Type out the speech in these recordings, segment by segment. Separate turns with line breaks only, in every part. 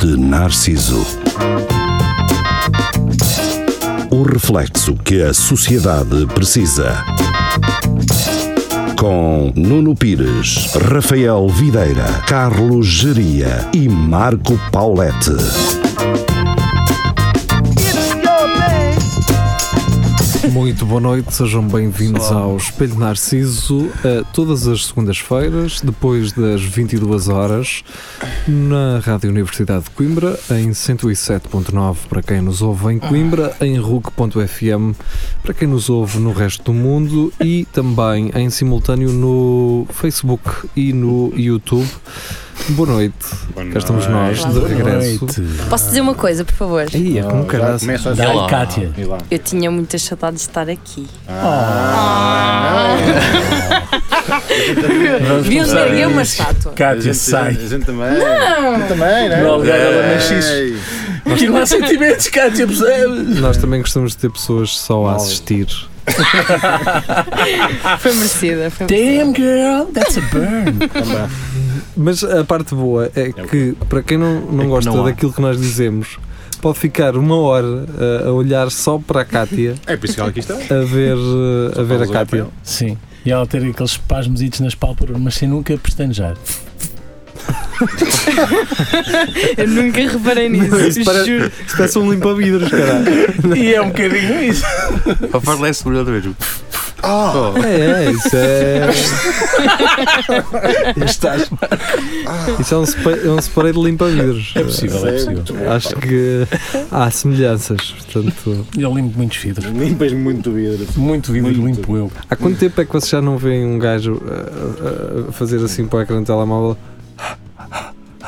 de Narciso. O reflexo que a sociedade precisa. Com Nuno Pires, Rafael Videira, Carlos Geria e Marco Paulette.
Muito boa noite, sejam bem-vindos ao Espelho de Narciso, eh, todas as segundas-feiras, depois das 22 horas, na Rádio Universidade de Coimbra, em 107.9 para quem nos ouve em Coimbra, em RUC.fm para quem nos ouve no resto do mundo e também em simultâneo no Facebook e no YouTube. Boa noite, cá estamos
é.
nós, de
Boa
regresso.
Posso dizer uma coisa, por favor?
Aí é como caralho.
Começa a
Dá-lhe,
Olá.
Cátia.
E lá.
Eu tinha muitas saudades de estar aqui. Deviam
começar
ter
isso.
um uma estátua.
Cátia,
A
sai.
gente também. Não! também, né?
No Algarve ela
Ei.
nasce Que não há sentimentos, Cátia, percebes?
Nós também gostamos de ter pessoas só a assistir.
Foi merecida. Foi merecida.
Damn girl, that's a burn.
Também.
Mas a parte boa é que, para quem não, não
que
gosta
não há.
daquilo que nós dizemos, pode ficar uma hora uh, a olhar só para a Cátia,
É por isso que ela aqui está.
a ver, uh, a, ver a
Vamos olhar para
Cátia.
ela.
Sim. E ela ter aqueles pasmositos nas pálpebras, mas sem nunca pestanejar.
Eu nunca reparei nisso.
Isso para-
juro.
Isto parece um limpa-vidros, caralho.
e é um bocadinho isso.
Para falar sobre outra vez.
Oh!
É, é, isso é. Isso é um spray, é um spray de limpa-vidros.
É possível, é
Isso
possível.
muito bom.
Acho que há semelhanças. Portanto,
Eu limpo muitos vidros.
Limpas muito o vidro.
Muito vidro
Muito.
limpo eu.
há quanto tempo é que vocês já não veem um gajo uh, uh, a fazer assim para o ecrã do telemóvel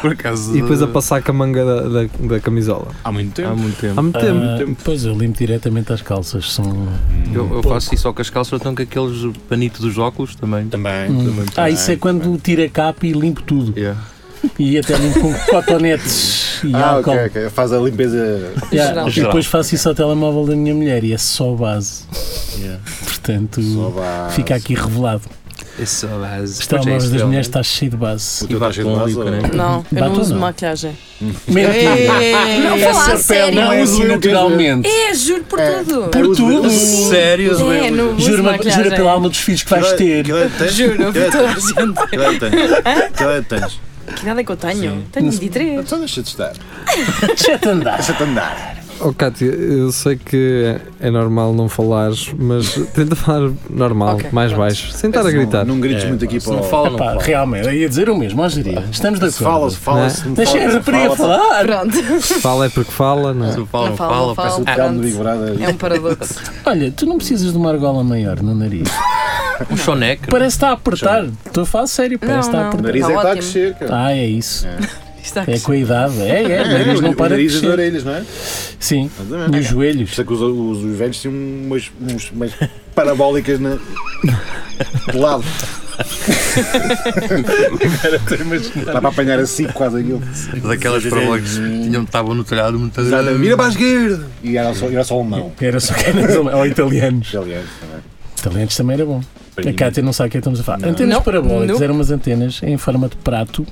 Por acaso. uh,
e depois a passar com a manga da- da, da camisola?
Há muito
Há
tempo.
muito tempo.
Há muito tempo.
Ah, pois eu limpo diretamente as calças. São... um-
Eu, eu faço isso só com as calças, então com aqueles panitos dos óculos também.
Também.
Hum. Ah, isso é quando tiro a capa e limpo tudo.
Yeah.
E até limpo com cotonetes e
Ah,
álcool.
ok, ok. Faz a limpeza.
Yeah,
Geral.
E depois faço isso ao telemóvel da minha mulher e é só base.
Yeah.
Portanto,
Só vá.
Hum. fica aqui revelado.
É um só base.
Este telemóvel das mulheres tá- está cheio de base.
O teu
E
está cheio de
batom
laço,
e
ou-
caneta.
Não, eu não
Batom
uso
não.
maquilhagem. Não,
Não,
vou lá, sério.
Não,
Não,
uso
não,
naturalmente.
É, juro por
É.
tudo.
É
Por
uso-
tudo.
uso-
Sério?
É, não uso
Jura,
maquilhagem.
jura pela alma dos filhos que vais ter.
Que idade tens?
Juro, por toda a
assim.
gente.
Que idade tens? Que idade tens?
Que nada que eu tenho? Tenho 23.
Só deixa de estar.
Deixa-te andar.
Deixa de andar.
Oh, Cátia, eu sei que é normal não falares, mas tenta falar normal,
Ok,
mais
pronto.
baixo, sem estar a gritar.
Não grites
É,
muito aqui
Se
para
não
o-
fala, não
Pá,
fala.
realmente, eu ia dizer o mesmo, ó geria. Estamos de
Se fala,
acordo.
se fala,
Não é?
se não
Deixa a
fala, se
rapariga
fala, se-
falar.
Pronto.
Fala é porque fala, não
Se
é?
não fala,
Não
não
fala, não
fala.
fala.
parece
O
um-
Ah,
telmo de
Pronto.
Bigorada.
É um paradoxo.
Olha, tu não precisas de uma argola maior no nariz.
Um choneque.
Parece que está a apertar. Estou a falar sério, parece que está a
não.
O
apertar.
nariz é que
Está
está a
ótimo.
crescer, cara.
Ah, é isso.
Isto há que
É
ser.
com a idade. É, é. O nariz não
o
para de
nariz das
crescer.
orelhas, não é?
Sim. E os
Exatamente. Por
joelhos.
isso é que os, os- os velhos tinham umas, uns- umas parabólicas na... de lado. Dá para apanhar assim quase aquilo.
Daquelas parabolas que tinham, estavam no telhado muito
Exatamente. Mira para a esquerda! E era só, era só um não.
Era só canas ou italianos.
Aliás, também.
Italianos também era bom. A Cátia não sabe o que é que estamos a falar. Antenas
Não.
parabólicas
Não. Uhum.
eram umas antenas em forma de prato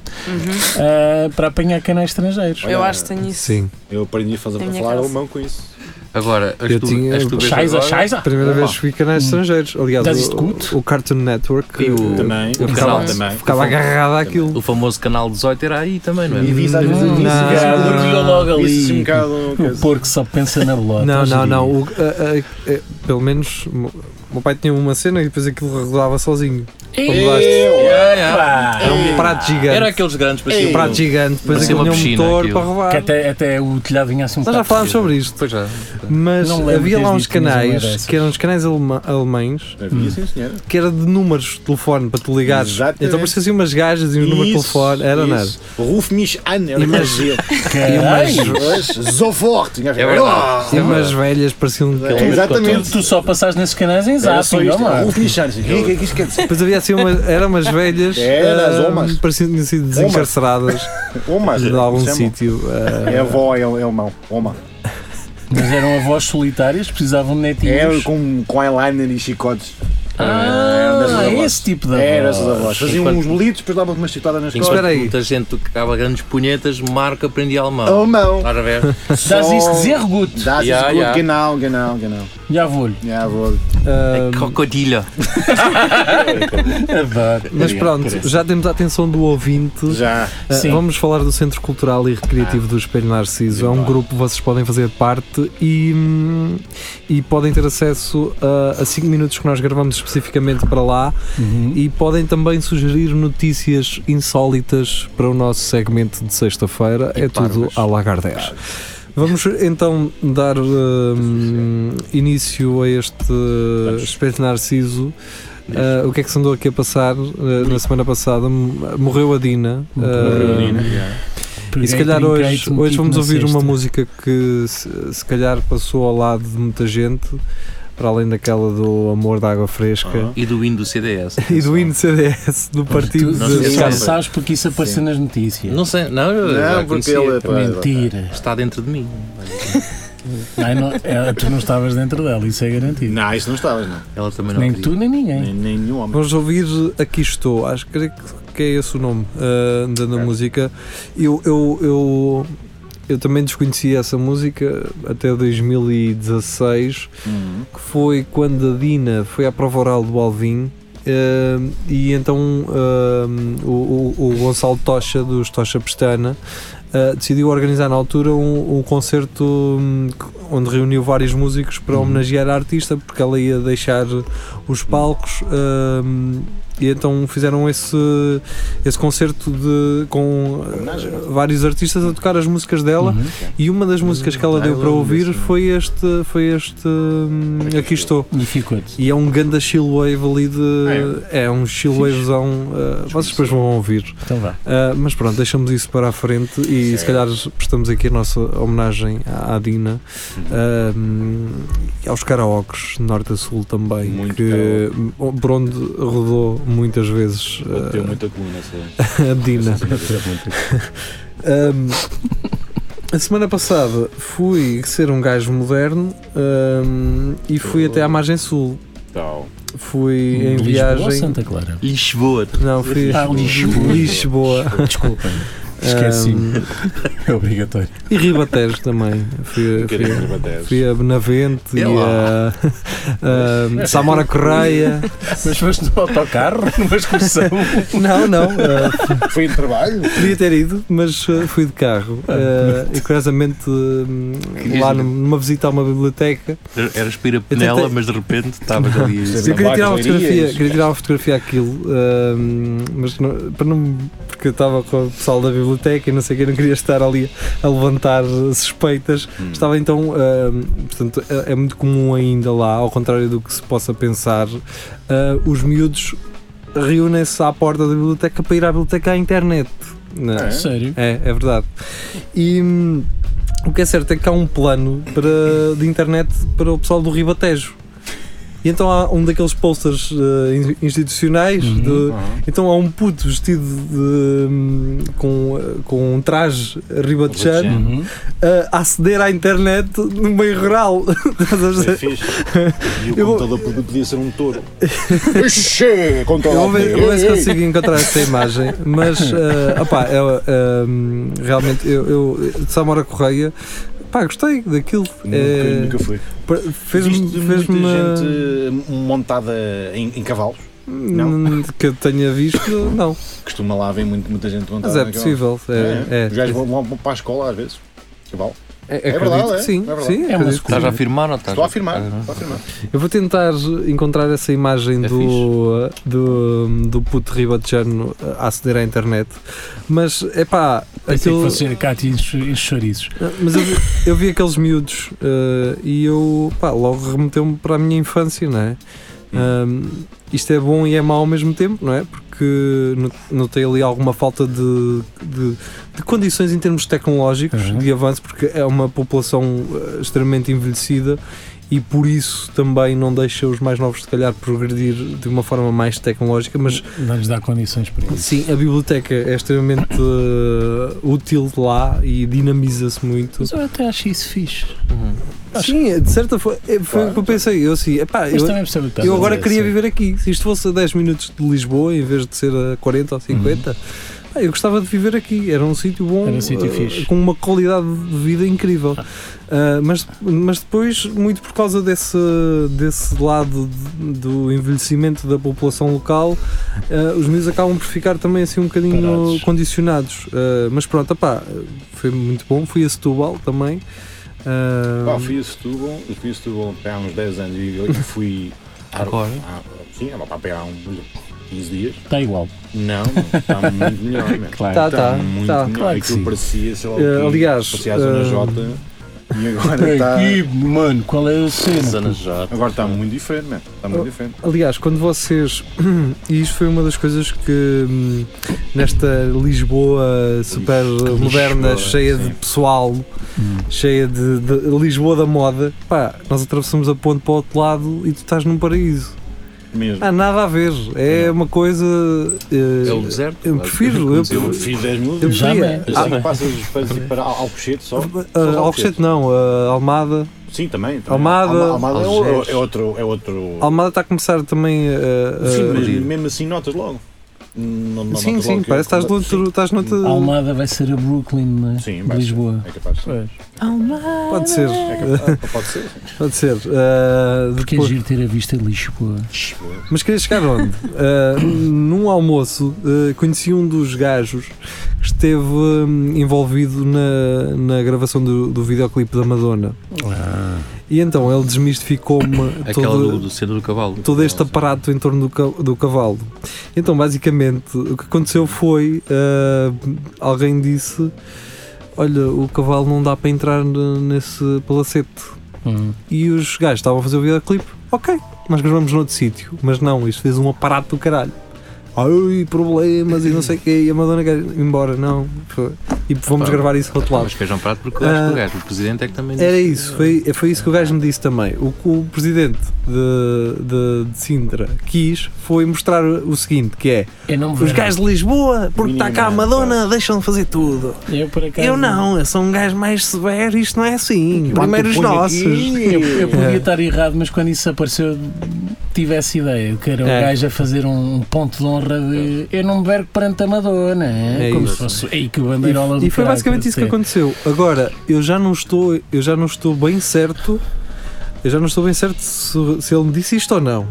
ah, para apanhar canais estrangeiros.
Eu acho que tenho isso.
Sim.
Eu aprendi a fazer
A minha
falar
calça.
alemão com isso.
Agora, as
Eu
tu,
tinha-
as tu vês
Chaiza,
agora-
chaiza.
Primeira
Ah,
vez
pá.
que vi canais estrangeiros. Aliás,
Das
o-
Scoot?
o, Cartoon Network
E o-
eh,
Também.
eu
o
ficava,
canal
também.
ficava agarrado àquilo.
O famoso canal 18 era aí também, não é?
E vi-se às vezes
Não,
vi-se
não,
um
não,
bocado-
não.
logo
vi-se um
ali.
bocado-
O porco só pensa na bolota.
Não,
ó,
não,
geria.
não. o- a- a- a- pelo menos o meu- o meu pai tinha uma cena e depois aquilo rodava sozinho. Como mudaste.
Yeah, yeah.
Pá,
Era um prato gigante.
Era aqueles grandes para
um prato gigante, depois
Parecia
aquilo
uma
tinha um
piscina,
motor
aquilo.
para
Que
rolar.
até, até o telhado vinha assim um
Nós já
bocado
falámos
preso.
sobre isto.
Pois já.
Mas
Não lembro
havia
teres
lá uns
dito, mas não era
canais
dessas.
que eram uns canais alema- alemães
Havia, sim, senhora.
que era de números de telefone para te ligares.
Exatamente.
Então parecia assim umas gajas e um número de
Isso,
telefone. Era nada.
isso. Ruf mich an, era
Imagina.
Caralho!
Sofort! É
E umas velhas pareciam.
um Exatamente.
Tu, tu só passaste nesses canais em
Era
zap,
só
não
isto, era
é?
Ruf mich an. O que é que isto quer dizer?
Depois havia assim umas. Eram umas velhas.
Era, as
ah,
homas.
Pareciam que tinham sido
Homas.
desencarceradas
Oma,
de
chamam.
algum sítio. ah,
É avó, é, é o mão. Oma.
Mas eram avós solitários, precisavam de netinhos.
É com, com eyeliner e chicotes.
Ah, esse tipo de
Era
voz.
essas avós. Faziam
Enquanto-
uns bolitos, depois davam-te uma chicotada nas
Enquanto
Espera
costas.
aí.
muita gente tocava grandes punhetas, Marco aprendia alemão.
Oh, não.
Estás a ver?
Estás isso dizer, Guto?
Das
Ja,
ist gut,
ja.
genau, genau, genau.
Já vou-lhe.
Ja, vou.
Ah,
Um. Ehm,
A crocodilha.
Adoro.
mas pronto, já temos a atenção do ouvinte.
Já.
Ah,
Sim.
Vamos falar do Centro Cultural e Recreativo do Espelho Narciso. É um grupo que vocês podem fazer parte e, hum, e podem ter acesso a 5 minutos que nós gravamos especificamente para lá
mhm. Ehm,
e podem também sugerir notícias insólitas para o nosso segmento de sexta-feira. É tudo à Lagardère. Vamos então dar hum, início a este Espelho Narciso. Ah, o que é que se andou aqui a passar ah, na semana passada? M- Morreu a Dina.
Morreu a
Ah,
Dina.
E se calhar hoje,
tipo
hoje vamos ouvir uma música que se, se calhar passou ao lado de muita gente, para além daquela do Amor da Água Fresca
E do hino do CDS.
e do hino CDS do Partido
Não
de
sei se
Já
Sim.
sabes porque isso apareceu nas notícias.
Não sei, não, eu já
Não, porque
conhecia.
ele é pá,
Mentira.
Está dentro de mim.
Ai, não- é, tu não estavas dentro dela, isso é garantido.
Não, isso não estavas, não.
Ela também não
nem
queria.
tu, nem ninguém.
Nem, nenhum homem.
Vamos ouvir Aqui Estou, acho que creio que- que é esse o nome ah, da,
É.
da música. Eu, eu, eu, eu também desconhecia essa música até 2016,
Uhum.
que foi quando a Dina foi à prova oral do Alvin eh, e então eh, o, o- o Gonçalo Tocha, dos Tocha Pestana, eh, decidiu organizar na altura um, um concerto hum, onde reuniu vários músicos para homenagear a artista, porque ela ia deixar os palcos. eh, e então fizeram esse, esse concerto de, com eh,
Homenagem.
vários artistas a tocar as músicas dela
Uhum.
e uma das músicas que ela
I
deu para
love
ouvir
this one.
foi este, foi este hum,
Aqui
Aqui Estou.
E ficou-te.
E é um ganda chillwave ali de.
Ah,
É, um chillwavezão. uh, vocês depois vão ouvir.
Então vá.
Uh, mas pronto, deixamos isso para a frente e se calhar prestamos aqui a nossa homenagem à, à Dina um, e aos karaokes de norte a sul também,
Muito
que, hum, por onde rodou muitas vezes uh,
Deu muita coluna, essa-
a Dina.
essa música.
Um, a semana passada fui ser um gajo moderno um, e fui até à margem sul.
Tal.
Fui em
Hum, Lisboa ou
viagem.
Santa Clara?
Lisboa.
Não, fui
Ah, Lisboa.
Lisboa.
Desculpem. Esqueci-me.
Um,
É obrigatório.
e Ribatejo também. Fui, fui,
Querem bater.
fui a Benavente
É
e
lá.
a, a Samora Correia.
Mas foste no autocarro, numa excursão.
Não, não. ah,
Foi de trabalho?
podia ter ido, mas ah, fui de carro. Ah, e curiosamente, hum, lá
giro.
numa visita a uma biblioteca,
Eras para ir a Penela,
tentei-
mas de repente estavas ali. assim.
Eu queria tirar uma fotografia,
Barbearias.
queria tirar uma fotografia àquilo, hum, mas não- para não. Porque eu estava com o pessoal da biblioteca e não sei o que, não queria estar ali a levantar suspeitas. Estava então. hum, portanto, é, é muito comum ainda lá, ao contrário do que se possa pensar, ah, os miúdos reúnem-se à porta da biblioteca para ir à biblioteca à internet. Não é?
Sério.
É, é verdade. E hum, o que é certo é que há um plano para, de internet para o pessoal do Ribatejo. E então há um daqueles posters eh, in- institucionais.
Uhum.
de-
Uhum.
então há um puto vestido de, hum, com, eh, com um traje
É.
ribachano
Uhum.
a aceder à internet no meio rural. Estás a
Foi
ver?
É fixe. E o
Eu vou-
computador podia- podia ser um touro. Oxê,
Eu vou
controla.
ver, eu vou ver se consigo encontrar esta imagem, mas eh, opá, eu, eh, realmente eu, eu de Samora Correia pá, gostei daquilo. Eh,
Nunca foi.
Pa- Fez-me.
Viste muita
Fez-me.
gente eh, montada em, em cavalos.
hum, Que eu tenha visto, não.
Costuma lá haver muito- muita gente montada
Mas é
em cavalos.
possível.
Ah, É,
É,
Os gajos
é.
vão, vão para a escola às vezes. Cavalo.
É,
é
acredito
verdade,
que
é?
sim.
É verdade.
sim
É uma
acredito.
Estás a afirmar ou
Tá
estás
Estou a afirmar.
Ah,
Estou a afirmar.
Eu vou tentar encontrar essa imagem
É
do, do, do puto ribachano a aceder à internet, mas é pá,
Pensei que
aquilo,
fosse Cátia e os- e os chouriços.
mas eu, vi- eu vi aqueles miúdos eh, e eu pá, logo remeteu-me para a minha infância, não é? Hum, isto é bom e é mau ao mesmo tempo, não é? Porque no- notei ali alguma falta de, de, de condições em termos tecnológicos
Uhum.
de avanço, porque é uma população eh, extremamente envelhecida e por isso também não deixa os mais novos, se calhar, progredir de uma forma mais tecnológica, mas
Não lhes dá condições para isso.
sim, a biblioteca é extremamente eh, útil lá e dinamiza-se muito.
Mas eu até acho isso fixe.
uhum.
Sim, de certa forma, é, foi o que eu pensei. Eu assim, epá,
Mas
eu,
também percebo o que estás
eu
a
agora
dizer, assim.
queria
sim.
viver aqui. Se isto fosse a 10 minutos de Lisboa, em vez de ser a 40 ou 50, pá, eu gostava de viver aqui. Era um sítio bom,
Uhum. Era um sítio
eh,
fixe.
com uma qualidade de vida incrível. Ah, mas, mas depois, muito por causa desse, desse lado de- do envelhecimento da população local, ah, os miúdos acabam por ficar também assim um bocadinho
Parados.
condicionados. Ah, mas pronto, opá, foi muito bom. Fui a Setúbal também. Ah,
Pá, fui a Setúbal, eu fui a Setúbal há uns 10 anos e eu fui. há-
Agora?
há- Sim, há para há uns 15 dias.
Está Tá igual.
Não, está muito melhor, meu.
Claro.
Tá,
Está
tá,
muito
tá.
melhor.
Claro que
Aquilo
sim.
parecia, sei lá, o
Eh,
quê,
aliás,
parecia a Zona
eh,
J e agora está.
Aqui, mano, qual é a cena?
Zona J.
Agora está muito diferente, mano. Está muito
Oh.
diferente.
Aliás, quando vocês. E isto foi uma das coisas que hum, nesta Lisboa super moderna,
Lisboa,
cheia de
sim.
pessoal,
Hum.
cheia de, de Lisboa da moda, pá, nós atravessamos a ponte para o outro lado e tu estás num paraíso.
Mesmo.
Ah, nada a ver. É uma coisa. eh,
É o deserto.
eu prefiro, eu
eu fiz 10 mil
eu
vezes.
Já
preferia.
me-
Eu sei que passas para, para Al- Alcochete só.
Ah,
Só
Alcochete não, ah, Almada.
Sim, também. também.
Almada,
Alma- Almada é, o-
Algés.
é outro. É outro
Almada está a começar também eh, a.
sim,
a-
mas
Rio.
mesmo assim notas logo. Não, não
sim,
notas
sim,
logo que-
parece que estás
como-
noutro. Estás noutro
Almada vai ser a Brooklyn, não é?
Sim,
De
vai ser.
Lisboa.
Sim, É capaz. de ser.
Pois.
Almada.
Pode ser.
É capaz. Pode ser.
Pode ser. ah,
Porque é
depois-
giro ter a vista de Lisboa.
Mas queria chegar onde? Ah, num almoço, ah, conheci um dos gajos que esteve hum, envolvido na, na gravação do, do videoclipe da Madonna. E então ele desmistificou-me
Ah. Aquela do,
todo,
do cena do cavalo.
todo este aparato em torno do, ca- do cavalo. Então, basicamente, o que aconteceu foi: ah, alguém disse, Olha, o cavalo não dá para entrar n- nesse palacete.
Hum.
E os gajos estavam a fazer o videoclipe, ok, nós gravamos noutro sítio, mas não, isto fez um aparato do caralho. Ai, problemas e não sei o quê, e a Madonna quer ir embora, não. foi. E vamos
Pá,
gravar isso ao outro lado.
Mas fez um prato porque eu acho que o gajo, o presidente é que também
Ah, Era
disse.
isso, foi, foi isso que o gajo me disse também. O que o presidente de, de, de Sintra quis foi mostrar o seguinte: que é
Eu não me
os
vejo.
gajos de Lisboa, porque está cá a
Minimamente,
Madonna, deixam de fazer tudo.
Eu, por acaso,
Eu não, eu sou um gajo mais severo, isto não é assim.
Quando
Primeiro os
punho
nossos.
aqui,
Eu, eu podia
É.
estar errado, mas quando isso apareceu, tive essa ideia. Que era o
É.
gajo a fazer um, um ponto de honra de eu não me vergo perante a Madonna. né?
É
Como
isso.
se fosse. Ei, que bandeirola do
E, e foi
caraca,
basicamente isso que
sim.
aconteceu. Agora, eu já não estou, eu já não estou bem certo, eu já não estou bem certo se, se ele me disse isto ou não.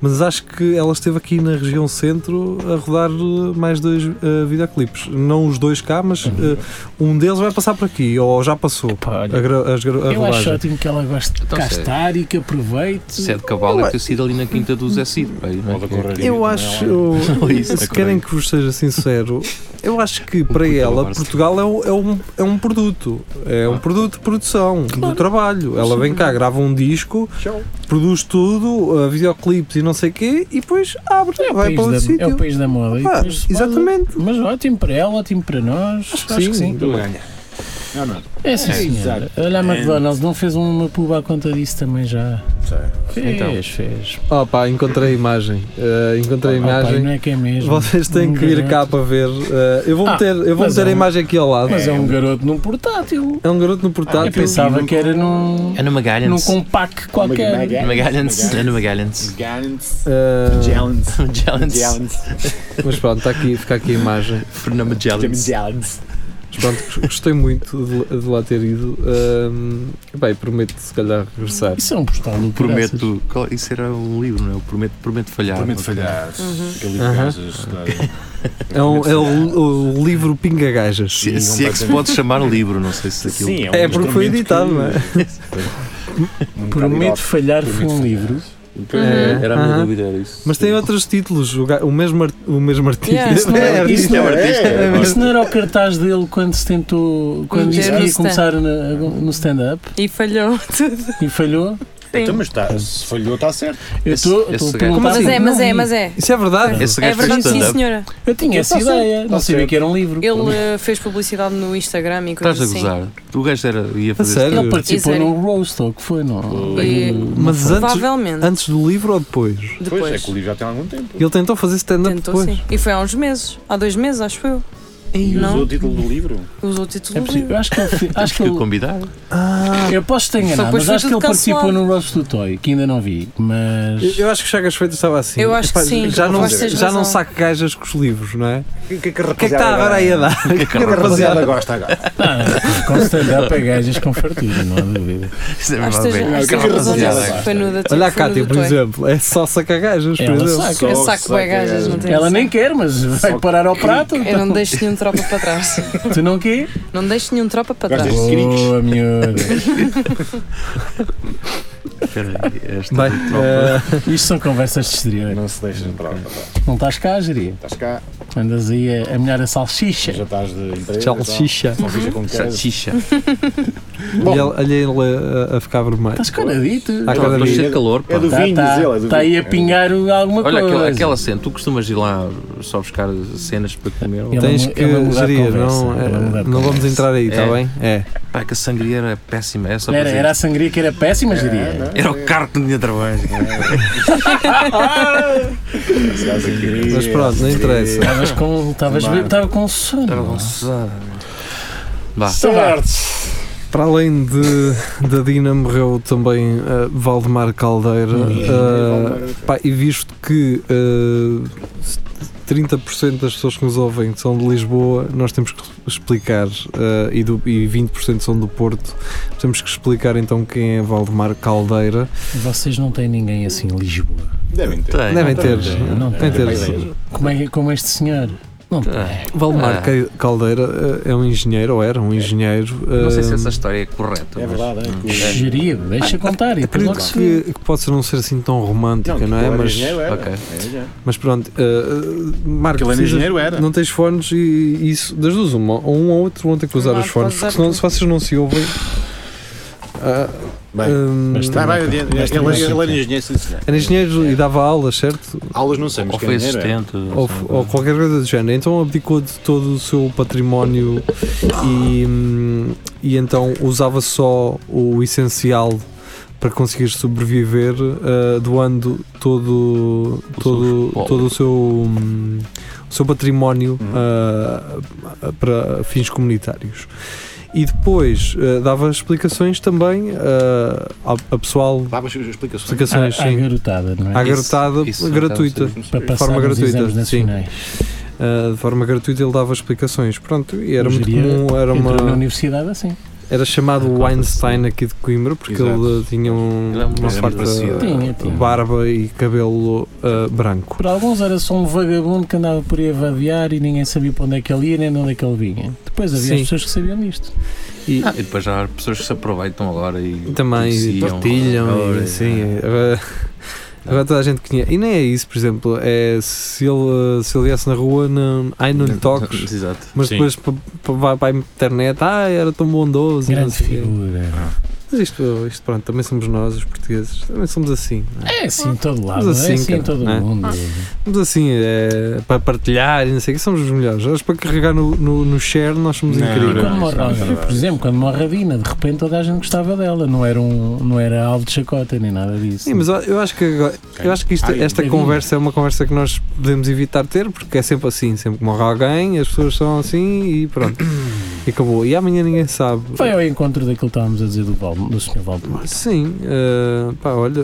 Mas acho que ela esteve aqui na região centro a rodar eh, mais dois eh, videoclipes. Não os dois cá, mas eh, um deles vai passar por aqui, ou já passou.
Pá, olha,
A gra- as gra- a
eu acho
rodagem.
ótimo que ela goste de
Então,
cá
sério.
estar e que aproveite.
Se é de cavalo, é ter sido ali na quinta do Zé Cid. pá, não é?
Ou da Correria
Eu
também,
acho,
lá.
isso,
se
é
querem que vos seja sincero, eu acho que para
puto
ela
abraço.
Portugal é um, é, um, é um produto, é
Ah.
um produto de produção, do trabalho. Ela vem cá, grava um disco,
Tchau.
produz tudo, uh, videoclipes e não sei o quê, e depois abre,
É o,
vai
país
para outro
da, é o
sítio.
país da moda. e
Pá,
depois se fala.
exatamente. é?
Mas ótimo para ela, ótimo para nós. Acho, que sim.
Ele ganha. Não, não.
É sim,
É,
senhora. Olha, a McDonald's não fez uma pub à conta disso também já. Fez,
Então.
fez.
Oh pá, encontrei a imagem. Uh, encontrei a
Ah, pá, não
imagem.
é que é mesmo.
Vocês têm que ir cá para ver. Uh, eu vou
Ah,
meter, eu vou
mas
meter
é
a
um-
imagem aqui ao lado.
Mas é um garoto num portátil.
É um garoto no
Eu
portátil.
pensava que era num,
É na
num
Magalhães.
compact qualquer.
Na Magalhães. É na Magalhães.
Gallants.
Uh,
Gallants.
Magalhães.
Gallants.
mas pronto, está aqui, fica aqui a imagem.
Fernando Magalhães.
Gallants.
Mas pronto, gostei muito de, de lá ter ido. Ahm, bem, prometo se calhar regressar.
Isso é um postal do caraças.
Prometo. qual- Isso era um livro, não é? O Prometo, prometo falhar.
Prometo
Ok.
falhar. Uhum. Aquele livro
Aham.
que gajas estudaram.
É, um- é o, o livro Pinga Gajas.
Se, se é que se pode chamar livro, não sei se aquilo.
Sim, um
É porque foi
instrumento
editado,
que-
não é?
Um bocado
Prometo
irónico.
falhar foi um
Prometo Então,
livro.
É,
Era a minha
aham.
dúvida, era isso.
Mas tem outros títulos, o, ga- o mesmo, ar- o mesmo artista.
Yeah. Isso não
é-
artista.
isso não
é-
Mas
Agora-
Isso não era o cartaz dele quando se tentou. Quando
Meter
isso
no
ia
stand.
começar na- no stand-up
E falhou tudo.
e falhou.
Sim.
Então, mas tá, se falhou, está certo.
Eu
Esse-
estou
esse
estou a
gajo-
perguntar
Como
Mas
porque
é,
assim, não
mas é,
vi.
mas é.
Isso é verdade.
É
Esse gajo fez
verdade, sim,
stand-up.
senhora.
Eu tinha essa
Tá certo,
ideia, não
tá
sabia
certo.
que era um livro.
Ele eh, fez publicidade no Instagram e
Estás
coisas
a
assim.
gozar. O gajo era, ia fazer
sério?
stand-up.
Ele participou
Sério?
no Roast, ou o que foi, não?
E-
Não
Mas
foi.
antes,
Provavelmente.
antes do livro ou depois?
Pois,
Depois.
é que o livro já tem algum tempo.
Ele tentou fazer stand-up
Tentou
depois.
sim. E foi há uns meses. Há dois meses, acho eu.
E
não.
usou o título do livro.
Usou o título
É
do
possível.
livro.
Eu acho que ele. fe- Acho que
Que o
ele
convidado.
Ah,
eu posso estar
Só
enganado,
depois
mas
foi
acho que ele
tudo
participou
cancelado.
no Roast do Toy, que ainda não vi,
eu,
mas.
eu acho que o Chagas Freitas estava assim.
Eu acho que
Epá,
sim,
Já não,
capaz de
teres
já não
razão.
saca gajas com os livros, não é?
O que é que
O que é que está agora aí a dar?
Que
O que é que a
caralho.
rapaziada gosta agora?
Ah, não, com stand-up é gajas com fartura, não há dúvida.
Isso é
Acho
mesmo
que
a ver.
Não,
esteja-
que
que razão
rapaziada.
nisso. Foi no da
Olha a
foi no
Cátia,
do
por
Toy.
exemplo, é só saca gajas, por
Ela
exemplo.
saca.
Eu
Só é
saco
saca
bem gajas, não tem
Ela
noção.
nem quer, mas vai parar ao prato.
Eu não deixo nenhum tropa para trás.
Tu não quer?
Não deixo nenhum tropa para trás.
Gostas? Criques.
Boa, miúda.
Peraí, esta
Bem,
tropa.
eh,
Isto são conversas de exterior.
Não se deixas entrar. rapaz.
Não estás cá, Jeria?
Estás cá,
Andas aí a, a melhor a salsicha.
já estás de emprego.
salsicha.
Não fica com queijo.
Salsicha.
E ele- Olha ele a, a ficar vermelho.
Estás coradito.
Ah, cada
Mas
vez.
cheio de calor, pá.
É do vinho, diz ele. é do
Está Tá, aí
vinho.
a pingar o- alguma
Olha,
coisa.
aquela, aquela cena, tu costumas ir lá só buscar cenas para comer?
Ele-
Tens
é mu-
que
ele é mudar de
gerir,
conversa,
não,
ele é
eh,
mudar de
não vamos
conversa.
entrar aí, está
É.
bem? É.
Pá, que a sangria era péssima. É só para
Era,
dizer
era a
isto.
sangria que era
É,
péssima, Jeria.
não?
Era o carro que não tinha trabalho.
Esse gajo aqui.
Mas pronto, não interessa.
Estavas com, estavas
Claro.
bêbado, estava com sono. Então
Era
não é?
gozado. Vá,
Certo.
Para além de, da Dina, morreu também eh, Valdemar Caldeira. eh, pá, e visto que eh, 30% das pessoas que nos ouvem são de Lisboa, nós temos que explicar, eh, e, do, e 20% são do Porto, temos que explicar então quem é Valdemar Caldeira.
Vocês não têm ninguém assim em Lisboa.
Devem ter.
tem.
Devem ter,
tem, não
devem
tem.
ter.
Como, é, como este senhor? Não tem.
Ah,
Valdemar
Ah.
Ca- Caldeira eh, é um engenheiro, ou era um engenheiro.
Não sei se
eh,
essa história é correta.
É
mas-
verdade, é que o-
Jeria, deixa contar.
é
E depois logo
Acredito
se vê.
que, que pode ser não ser assim tão romântica,
Não,
não,
que ele
é?
era
Mas,
engenheiro, era.
ok.
Era engenheiro.
mas pronto, eh, eh, Marco,
Aquele era
precisas-
engenheiro era.
Não tens fones e isso, das duas, uma, ou um ou outro vão ter que usar
Não,
os fones,
pode
porque
usar
senão,
tudo.
se vocês não se ouvem. ah,
Bem,
hum,
mas tá.
Vai, vai, ele
Mas também
ele-
é
ele era
assim.
engenheiro, sim, senhor.
era engenheiro e dava aulas, certo?
Aulas não sei, mas
Ou
que
foi
era engenheiro é. era.
assistente.
Ou, ou qualquer coisa do género. Então abdicou de todo o seu património e, hum, e então usava só o essencial para conseguir sobreviver, eh, doando todo,
O
todo,
seu- Uhum.
todo o seu, hum, o seu património ah, para fins comunitários. E depois eh, dava explicações também ah, ao a pessoal,
Dava as explicações.
À,
explicações
à
sim,
garotada, não é?
à garotada
isso já
gratuita.
estamos
Para passar
forma
nos
gratuita,
exames
sim.
nacionais.
Uh, de forma gratuita ele dava explicações. Pronto, e era
Hoje
muito
em dia,
comum, era,
Entrou na
uma,
universidade assim.
era chamado
Conta-se.
Weinstein aqui de Coimbra, porque
Exato.
ele uh, tinha um-
Ele é um
uma
grande
farta
parecido.
Tinha, tinha.
barba e cabelo uh, branco.
Por alguns era só um vagabundo que andava por aí a vadear e ninguém sabia para onde é que ele ia nem de onde é que ele vinha. Depois havia as
Sim.
pessoas que sabiam disto.
E,
Ah, e depois já há pessoas que se aproveitam agora e é-
também
partilham.
partilham
Ora,
e assim, é sim, agora, agora toda a gente conhece. E nem é isso, por exemplo, é se ele, se ele viesse na rua, não, ai não lhe toques.
Exato.
Mas
Sim.
depois pa- pa- vai para a internet, ah, era tão bondoso. não
Grande
sei o quê.
figura.
Mas isto, isto, pronto, também somos nós, os portugueses, também somos assim. não é?
É assim em todo lado,
Mas
é
assim,
assim em
cara,
todo
né?
o mundo.
Somos assim, é, para partilhar e não sei o que, somos os melhores. Nós para carregar no, no, no share nós somos
Não,
E
incríveis.
quando morre
Não, isso não é
alguém, por
verdade.
exemplo, quando morre a Dina, de repente toda a gente gostava dela, não era, um, não era alvo de chacota nem nada disso.
Sim, mas eu- eu acho que, agora- eu acho que isto-
Ai,
esta
bem-vindo.
conversa é uma conversa que nós podemos evitar ter, porque é sempre assim, sempre que morre alguém, as pessoas são assim e pronto. E acabou. E amanhã ninguém sabe.
Foi ao encontro daquilo que estávamos a dizer do, Val, do Sr. Valdemar.
Sim, eh, pá, olha,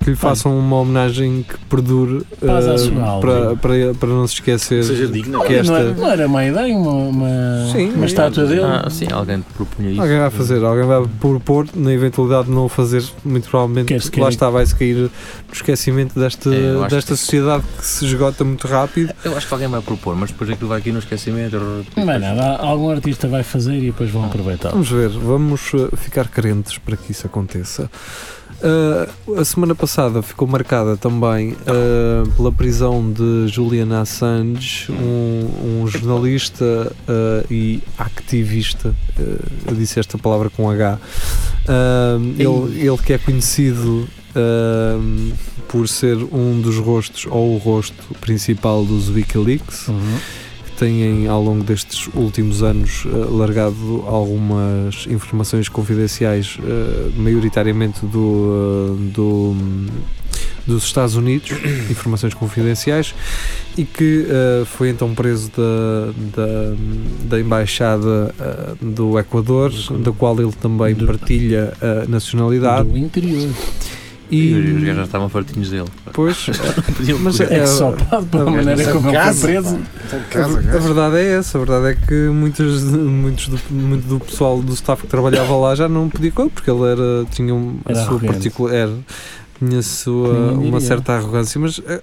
que lhe façam uma homenagem que perdure
Paz à
eh,
sua alma.
para, para, para não se esquecer.
Seja é? digna.
que esta-
Não era, não era má ideia uma, uma,
Sim.
uma estátua dele?
Ah, sim, alguém te propunha isso.
Alguém vai fazer, alguém vai propor, na eventualidade de não o fazer, muito provavelmente
Quer-se
lá
queira.
está, vai-se cair no esquecimento desta,
É, eu acho
desta
que-
sociedade que se esgota muito rápido.
Eu acho que alguém vai propor, mas depois aquilo vai aqui no esquecimento.
Não é nada, algum artista vai fazer e depois vão aproveitar.
Vamos ver, vamos eh, ficar carentes para que isso aconteça. Ah, a semana passada ficou marcada também ah, pela prisão de Julian Assange, um, eh, um eh, jornalista ah, e ativista, ah, eu disse esta palavra com H, Ahm, ele, ele que é conhecido ahm, por ser um dos rostos ou o rosto principal dos Wikileaks, que têm ao longo destes últimos anos ah, largado algumas informações confidenciais, ah, maioritariamente do, ah, do, dos Estados Unidos, informações confidenciais, e que ah, foi então preso da, da, da embaixada ah, do Equador, da qual ele também
Do-
partilha a nacionalidade.
Do interior.
E
E
os gajos já estavam fartinhos dele. pá.
depois,
Podiam-
mas
É
É,
que só pá,
é,
pela maneira
Mas
como ele foi
casa,
preso.
pá. Está em
a,
casa,
a
gajo.
verdade é essa, a verdade é que muitos, de- muitos do, muito do pessoal do staff que trabalhava lá já não podia com ele, porque ele era, tinha um- a
Era
sua
arrogante.
particular. era, tinha a sua,
Ninguém
uma
diria.
certa arrogância, mas eh,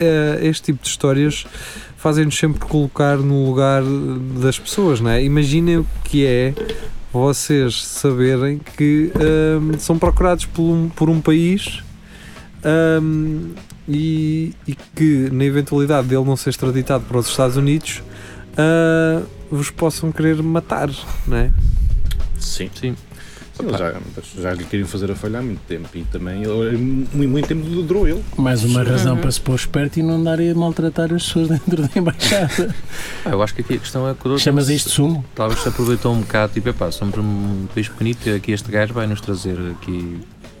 eh, este tipo de histórias fazem-nos sempre colocar no lugar das pessoas, não é? Imaginem o que é vocês saberem que ahm, são procurados por um, por um país ahm, e, e que, na eventualidade dele não ser extraditado para os Estados Unidos, ah, vos possam querer matar, não é?
Sim. Sim.
Sim, eles já, já lhe queriam fazer a falhar há muito tempo e também ele- muito, muito tempo durou ele.
Mais uma razão
Uhum.
para se pôr esperto e não andar a maltratar as pessoas dentro da embaixada.
Ah, eu acho que aqui a questão é que o Equador
Chamas isto sumo?
talvez se aproveitou um bocado, tipo, epá, somos um país pequenito e aqui este gajo vai nos trazer aqui.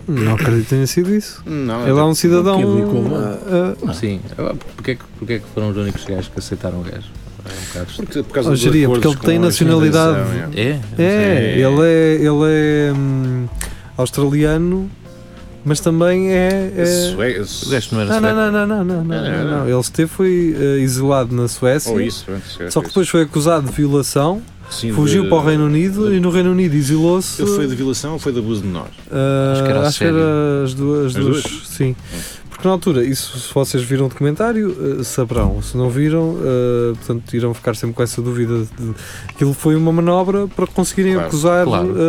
Não acredito que tenha sido isso.
Não,
Ele é um cidadão.
que é de igualdade.
ah, ah,
Não.
Sim. Ah, Porque é, que, porque é que foram os únicos gajos que aceitaram o gajo? É um bocado estranho.
porque, por causa
Oh,
dos
geria,
acordos
porque ele
com
tem
a
nacionalidade.
Organização,
É?
É,
Sim.
ele é, ele é hum, australiano, mas também é.
é.
é-
Sué-
O gajo não era
Não, não,
sueco.
não, não, não, não, não,
É,
não,
é.
não. Ele esteve foi eh, isolado na Suécia.
Ou isso, pronto, se calhar
Só que
foi
depois foi acusado de violação,
isso. Sim,
fugiu
de-
para o Reino Unido
de-
e no Reino Unido isolou-se.
Ele foi de violação ou foi de abuso de menores?
Ah,
Acho que era
acho que era as duas, as
As
duas,
duas?
sim. Porque na altura, isso se vocês viram o documentário, ah, saberão. Se não viram, ah, portanto, irão ficar sempre com essa dúvida. De... Aquilo foi uma manobra para conseguirem
Claro,
acusar,
claro,
ah,
claro.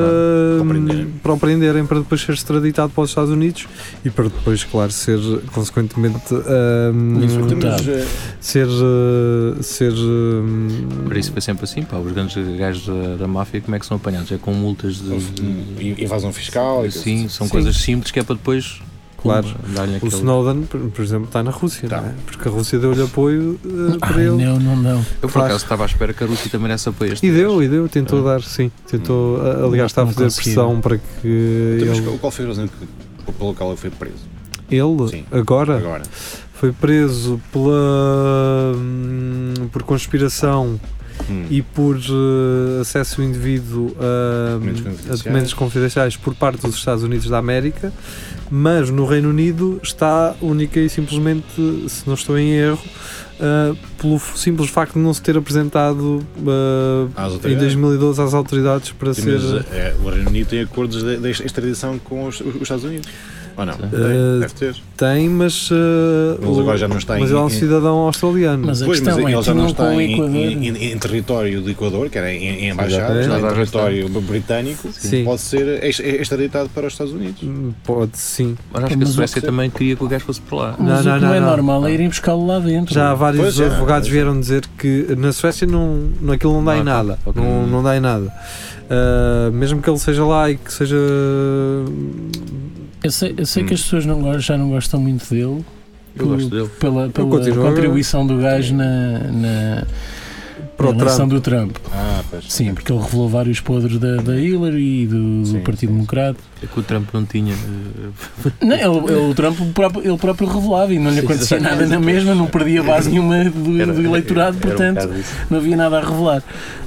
Para o prenderem.
para o prenderem, para depois ser extraditado para os Estados Unidos e para depois, claro, ser consequentemente ah,
Executado.
eh,
ser, ah, ser ah,
Por isso foi sempre assim, pá, os grandes gajos da, da máfia como é que são apanhados? É com multas de... de-
hum, invasão fiscal e assim.
sim, são
Sim.
coisas simples que é para depois...
Claro.
pumba, Dar-lhe
O
aquele...
Snowden, por por exemplo, está na Rússia,
Tá.
não é? porque a Rússia deu-lhe apoio eh,
Ah,
para
Ai,
ele.
não, não, não.
Eu por
Faz.
acaso estava à espera que a Rússia também desse apoio a este
E
gajo.
deu, e deu, tentou
Ah.
dar, sim. Tentou,
Hum.
a- aliás, está a
Não
fazer
conseguiram.
pressão para que
Então, mas
ele,
qual- qual foi a razão que, pelo qual ele foi preso?
ele,
Sim.
agora,
Agora.
foi preso pela hum, por conspiração
Hum.
e por eh, acesso indevido a,
Documentos
a
confidenciais.
documentos confidenciais por parte dos Estados Unidos da América, mas no Reino Unido está única e simplesmente, se não estou em erro, eh, pelo f- simples facto de não se ter apresentado eh,
Às
em
autoridades.
2012 às autoridades para
Sim,
ser.
mas, eh, o Reino Unido tem acordos de, de extradição com os, os Estados Unidos. Ou não?
Sim.
Tem,
Eh,
Deve ter.
Tem, mas. eh,
Mas
o-
agora já não está
mas
em-
ele é um
em-
cidadão australiano.
Mas a
Pois, mas
questão
ele
é,
já
tinham
não
com
está
o
em, em-
Equador.
em- em território do Equador, que era em, em- em embaixada,
Exatamente.
está em
Exatamente.
território britânico,
Sim.
pode ser ex- extraditado para os Estados Unidos.
Pode, sim.
Mas acho que a
Mas o
Suécia
que-
também queria que o gajo fosse para lá.
Mas
Não,
o que
não,
não é
não, não.
normal é irem buscá-lo lá dentro.
Já vários
Pois é,
advogados
é.
vieram dizer que na Suécia não, aquilo não dá
Não,
em nada.
ok.
Não, não dá em nada. Ah, mesmo que ele seja lá e que seja. eh,
Eu sei, eu sei que as
Hum.
pessoas não gostam, já não gostam muito dele
Eu gosto dele.
pela, pela
continuo a-
contribuição do gajo na, na,
Para
na
o
eleição
Trump.
do Trump.
Ah, pois.
Sim, porque ele revelou vários podres da, da Hillary e do, do
Sim,
Partido
sim.
Democrata.
É que o Trump não tinha. eh,
Não, ele, ele- o Trump próprio, ele próprio revelava e não lhe acontecia nada na mesma, não perdia base nenhuma do,
era-
do eleitorado,
era um
portanto
bocado isso.
não havia nada a revelar.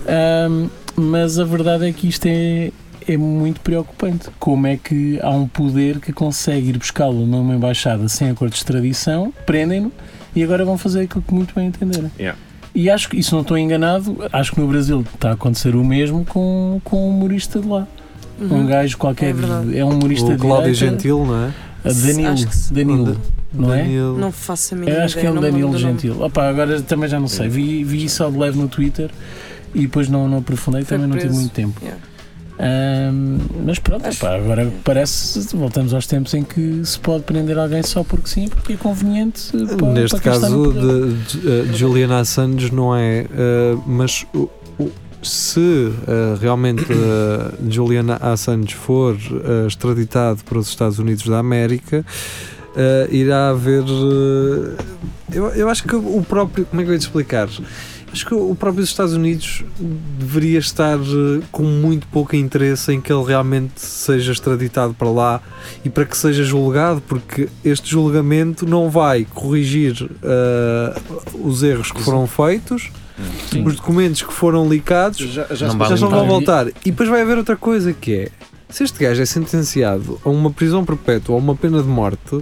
Ahm, mas a verdade é que isto é, é muito preocupante. Como é que há um poder que consegue ir buscá-lo numa embaixada sem acordo de extradição, prendem-no e agora vão fazer aquilo que muito bem entenderem.
Yeah.
E acho que, e se não estou enganado, acho que no Brasil está a acontecer o mesmo com, com um humorista de lá. Um
Uhum.
gajo qualquer,
É verdade.
é, um humorista
O
de
Cláudio
direita,
Gentil, não é?
a
Acho
Danilo,
que sim.
Danilo, não é?
Danilo.
Não faço a mínima
Eu acho que é
ideia,
o
não É. me
Danilo
lembro do nome.
Gentil. Opa, agora também já não sei. Vi, vi isso ao de leve no Twitter e depois não, não aprofundei,
Foi
também não tive
preso.
muito tempo.
Yeah.
Ahm, mas pronto,
Acho-
opa, agora parece voltamos aos tempos em que se pode prender alguém só porque sim, porque é conveniente. eh, Para,
Neste
para quem está no
caso,
poder.
de, de, eh, Julian Assange não é. eh, mas o- o- se eh, realmente eh, Julian Assange for eh, extraditado para os Estados Unidos da América, eh, irá haver. eh, eu, eu acho que o próprio. Como é que eu ia te explicar? Acho que o próprio Estados Unidos deveria estar eh, com muito pouco interesse em que ele realmente seja extraditado para lá e para que seja julgado, porque este julgamento não vai corrigir eh, os erros que foram feitos,
Sim.
os documentos que foram licados,
Já, já
Não
se-
vale
já não vão
nada.
voltar. E depois vai haver outra coisa que é: se este gajo é sentenciado a uma prisão perpétua ou a uma pena de morte,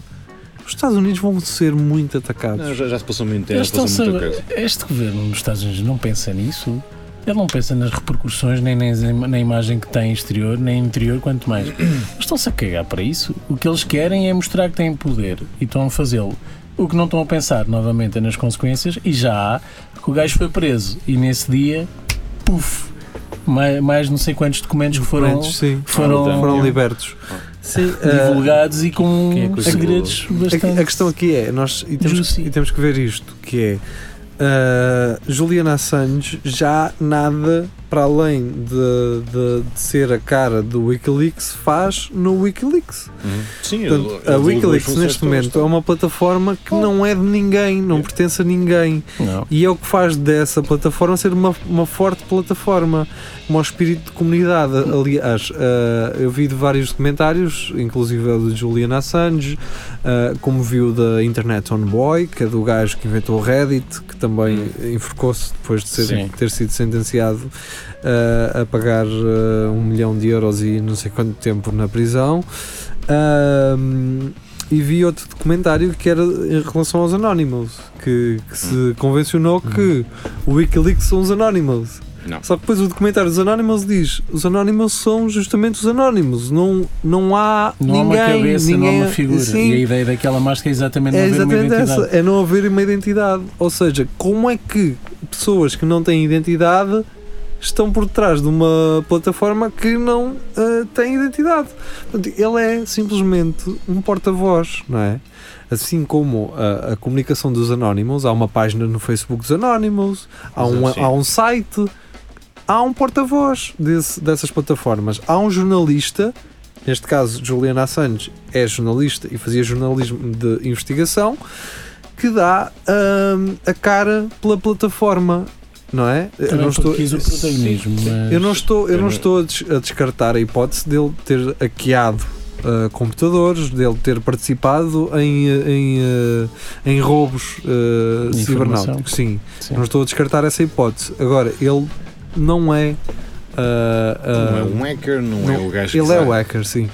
os Estados Unidos vão ser muito atacados.
Não, já, já se passou muito tempo,
Eles
já se passou
estão
muita coisa.
Este governo dos Estados Unidos não pensa nisso. Ele não pensa nas repercussões, nem nas im- na imagem que tem exterior, nem interior, quanto mais. Eles estão-se a cagar para isso. O que eles querem é mostrar que têm poder e estão a fazê-lo. O que não estão a pensar, novamente, é nas consequências. E já há que o gajo foi preso. E nesse dia, puf, mais, mais não sei quantos documentos que foram,
Documentos, sim,
Ah,
foram,
foram libertos. Sim, ah,
divulgados e com
Quem é que os
segredos
A que-
bastante.
A questão aqui é, nós e temos,
Juicy.
e temos que ver isto, que é ah, Juliana Assange já nada para além de, de- de ser a cara do Wikileaks faz no Wikileaks.
Sim,
Portanto,
eu- eu
a
dou
Wikileaks
duas
neste
funções
momento é
todas.
uma plataforma que não é de ninguém, não pertence a ninguém.
Não.
E é o que faz dessa plataforma ser uma, uma forte plataforma, um espírito de comunidade. Aliás, eh, eu vi de vários documentários, inclusive o de Julian Assange, eh, como viu da Internet on Boy, que é do gajo que inventou o Reddit, que também enforcou-se depois de ser-
Sim.
ter sido sentenciado eh, a pagar eh, um milhão de euros e não sei quanto tempo na prisão. Ahm, e vi outro documentário que era em relação aos Anonymous, que, que se convencionou que o Wikileaks são os Anonymous.
Não.
Só que depois o documentário dos Anonymous diz os Anonymous são justamente os Anonymous, não, não há
Não
ninguém.
há uma cabeça,
ninguém, é-
não há uma figura.
Sim,
E a ideia daquela máscara é exatamente não
é
haver uma
exatamente
identidade.
essa, é não haver uma identidade. Ou seja, como é que pessoas que não têm identidade estão por trás de uma plataforma que não ah, tem identidade? Portanto, ele é simplesmente um porta-voz, não é? Assim como a, a comunicação dos Anónimos, há uma página no Facebook dos Anónimos, há um,
Exato, sim.
há um site, há um porta-voz desse- dessas plataformas, há um jornalista neste caso Juliana Assange é jornalista e fazia jornalismo de investigação que dá hum, a cara pela plataforma não é eu
Também
não estou
porque quis o protagonismo. mas-
eu não estou eu
Eu
não
não-
estou a des- a descartar a hipótese dele ter hackeado uh, computadores dele ter participado em uh, em, uh, em roubos uh,
De informação.
cibernáuticos sim
Sim.
não estou a descartar essa hipótese agora ele não é uh,
Não é
uh,
um hacker, não, é
não,
o gajo que
ele é o
está-
hacker sim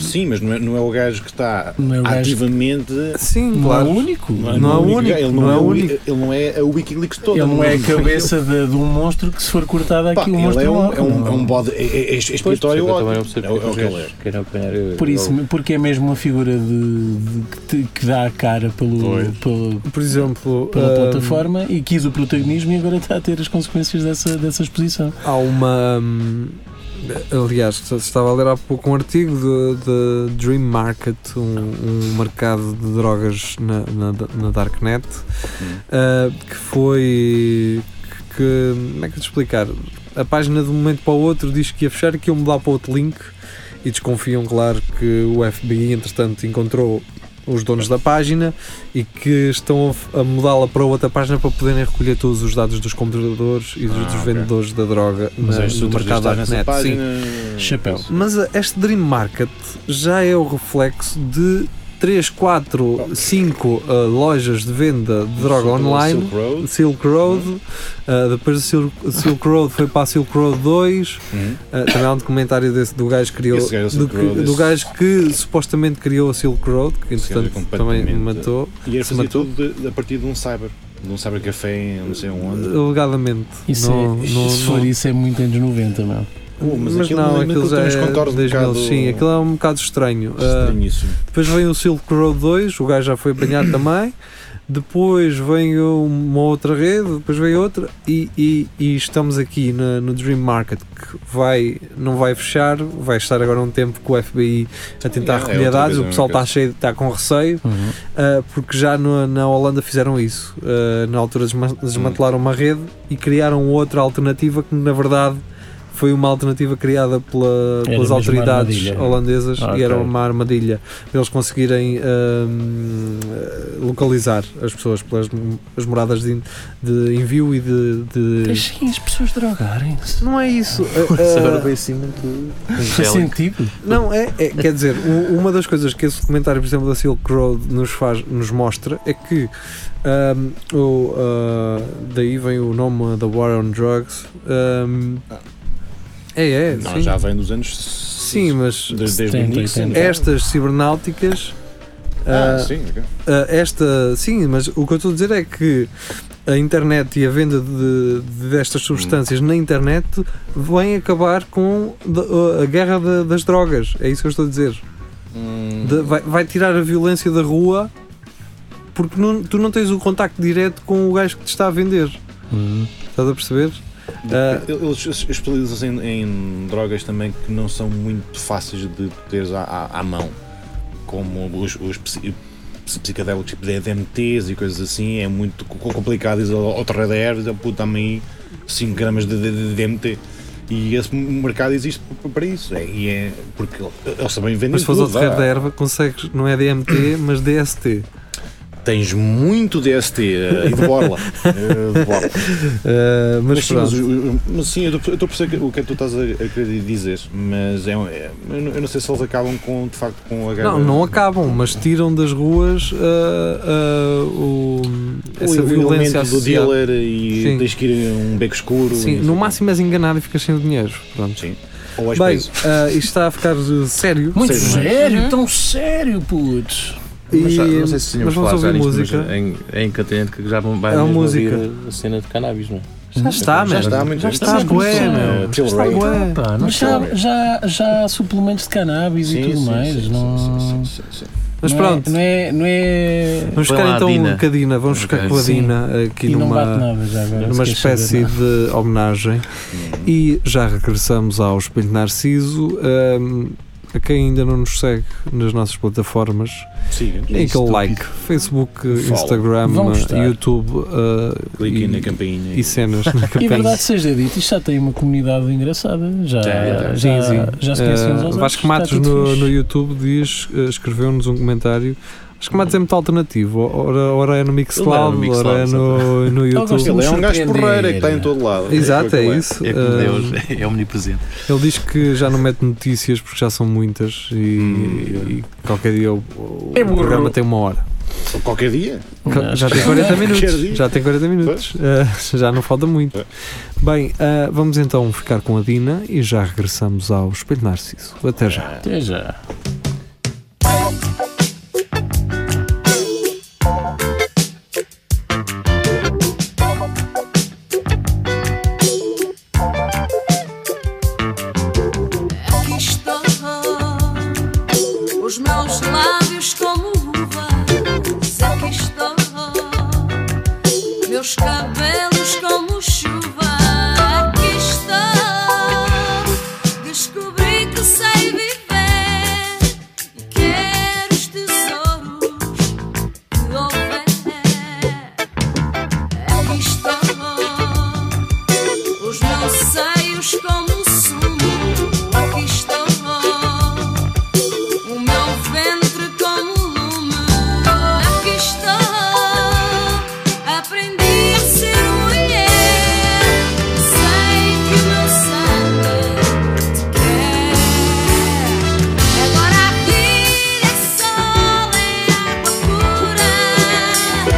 Sim, mas não é, não é o gajo que está
Não é o gajo-
ativamente.
sim
Não é
claro
o único.
Não é o único,
Ele
não
não,
é
é,
o
o-
único.
ele não é a Wikileaks toda.
Ele não é a cabeça de, de um monstro que se for cortado
Pá,
aqui o
ele
monstro
é um,
morre,
é um,
não.
é um bode é, é, é expiatório ótimo. É, o- é o que ele é.
Queiram apanhar. eh, eu-
Por isso,
eu-
porque é mesmo uma figura de, de- que, te- que dá a cara pelo,
Pois.
pelo-
por exemplo,
pela
hum,
plataforma e quis o protagonismo e agora está a ter as consequências dessa, dessa exposição.
há uma. hum, aliás, est- estava a ler há pouco um artigo de, de Dream Market, um, um mercado de drogas na, na, na Darknet,
Hum.
ah, que foi. Que, que- como é que eu te explicar? A página de um momento para o outro diz que ia fechar e que ia mudar para outro link e desconfiam, claro, que o FBI, entretanto, encontrou os donos da página e que estão a f- a mudá-la para outra página para poderem recolher todos os dados dos computadores e dos,
Ah,
dos
ok.
vendedores da droga
Mas é
na-
este
no
outro
é
já
um mercado
está
da
nessa
net. Sim.
página.
Chapéu.
Mas uh, este Dream Market já é o reflexo de 3, 4, 5 uh, lojas de venda de droga
Silk-
online.
Silk Road.
Silk Road, uh, depois a Silk, Silk Road foi para a Silk Road 2,
Uhum.
Uh, também há um documentário desse do gajo que criou
Esse gajo é o
do,
Silk Road,
que- do
esse-
gajo que supostamente criou a Silk Road, que
Esse gajo é
entretanto também
completamente-
matou,
E era
Se
fazer
matou.
tudo de- a partir de um cyber. De um cybercafé em não sei onde.
alegadamente.
Isso
não,
é,
não,
se for
não-
isso é muito anos 90, meu.
Uh,
mas,
mas aquilo-
não,
mas
aquilo
aquilo
já
tem uns
é
contornos um
2000,
bocado-
sim, aquilo é um bocado estranho. Uh,
Estranhíssimo.
depois vem o Silk Road 2, o gajo já foi apanhado também. Depois vem uma outra rede, depois vem outra, e, e- e estamos aqui na- no Dream Market que vai, não vai fechar, vai estar agora um tempo com o FBI a tentar
é
recolher
outra
dados,
vez
o
a
pessoal
mesma
está cheio, está com receio,
é
Uhum.
ah, porque já no- na Holanda fizeram isso. Ah, na altura desma- desmantelaram uma rede e criaram outra alternativa que na verdade foi uma alternativa criada pela-
Era
pelas
mesmo uma
autoridades
armadilha.
holandesas
Ah,
e era
ok.
uma armadilha para eles conseguirem hum, localizar as pessoas pelas mo- as moradas de, en- de envio e de. de-
Deixem as pessoas drogarem-se.
Não é isso.
Isso agora
ah, ah,
foi assim muito
Faz
angélico.
sentido.
Não, é, é- quer dizer, u- uma das coisas que esse documentário, por exemplo, da Silk Road nos, faz, nos mostra é que ahm, o, ah, daí vem o nome da War on Drugs. ahm, é, é,
Não,
sim.
já vem dos anos.
Sim, mas
Desde, desde o
70,
Nixon.
80.
estas cibernáuticas. ah,
Ah, sim, ok.
ah, esta, sim, mas o que eu estou a dizer é que a internet e a venda de, de- destas
Hum.
substâncias na internet vem acabar com da- a guerra da- das drogas. É isso que eu estou a dizer.
Hum,
De- vai, vai tirar a violência da rua porque não- tu não tens o contacto direto com o gajo que te está a vender. Estás a perceber? Ah.
Eles especializam-se em, em drogas também que não são muito fáceis de teres à, à- à mão, como os, os psi- psi- psicodélicos tipo DMTs e coisas assim, é muito co- complicado. Diz ao ao trader, diz, "Pô, dá-me aí 5 gramas de, de- de DMT. E esse mercado existe p- para isso, é, e é porque eles também vendem
Mas se fores ao
tudo,
terreiro
vá.
da erva, consegues, não é DMT, mas DST.
Tens muito DST eh, e de borla. eh, de borla.
Ah, mas,
Mas sim,
pronto.
mas, o- o- mas sim, eu estou eu estou a perceber o que é que tu estás a, a querer dizer, mas é, um- é- eu não- eu não sei se eles acabam com, de facto com a guerra.
Não, não acabam, mas tiram das ruas ah, ah, o-
o,
essa
o
violência
elemento do é
associada.
dealer e
Sim.
tens que ir a um beco escuro.
Sim,
e-
no máximo és enganado e ficas sem o dinheiro. Pronto.
Sim. Ou és
Bem,
preso.
ah, isto está a ficar ah, sério.
Muito
Sei, mas-
sério,
Uhum.
tão sério, putz.
E-
Mas já- não sei se
mas
tínhamos
vamos
falado já
ouvir
nisto,
música.
mas em, em Catarina que já vão- vai
É uma
mesmo
música.
ouvir a cena de cannabis, não é?
Já está,
já
man.
está há muito
ah, Já
tempo.
está,
Já
bué,
começou.
meu.
Till
Já está,
então,
Ray.
bué.
Pá, não
Mas
sei.
já, já, já há suplementos de cannabis e
Sim,
tudo
sim,
mais.
sim, sim,
não...
sim, sim, sim, sim.
Mas
não
pronto.
É, não é. Não é...
Vamos
Põe
ficar
lá a
então
Dina.
um bocadina, vamos ficar
Ok.
com a
Sim.
Dina aqui
E não bate
numa,
nada já agora.
numa
se queres saber é?
espécie
nada.
de homenagem. E já regressamos ao Espelho de Narciso. hum, a quem ainda não nos segue nas nossas plataformas,
Siga-nos.
é aquele like, Facebook, Instagram,
Vão gostar.
YouTube uh,
Cliquem na
e,
campainha.
e cenas na
E verdade
campanha.
seja dito, isto já tem uma comunidade engraçada. Já,
Tem,
já,
tem.
já, se conhecem uns
Uh,
aos
Vasco
outros,
Matos
está tudo
no,
fixe.
no YouTube diz, uh, escreveu-nos um comentário. Vasco Matos é muito alternativo. Ora, ora é no
Ele é no
Mixcloud,
Mixcloud,
ora é no, no
gosto
YouTube.
Ele é um gajo
surpreender.
porreiro é que está em todo lado.
Exato, é
aquele
isso.
É que
Uh,
Deus é omnipresente.
Ele diz que já não mete notícias porque já são muitas e,
Hum.
e qualquer dia o, o
É burro.
programa tem uma hora.
Qualquer dia.
Não,
já
acho
tem
que- é
40
Qualquer
minutos.
dia.
Já tem 40 minutos. Ah, já não falta muito.
É.
Bem, ah, vamos então ficar com a Dina e já regressamos ao Espelho Narciso. Até já.
Até já.
Aqui estão os meus lábios como uvas. Aqui estão meus cabelos como chuva. Aqui estão. Descobri que sei viver e quero os tesouros que houver. Aqui estão. Os meus seios como sumo, aqui estão. O meu ventre como lume, aqui estou. Aprendi a ser um mulher. Sei que o meu sangue te quer. Agora a vida é sol, é a cura.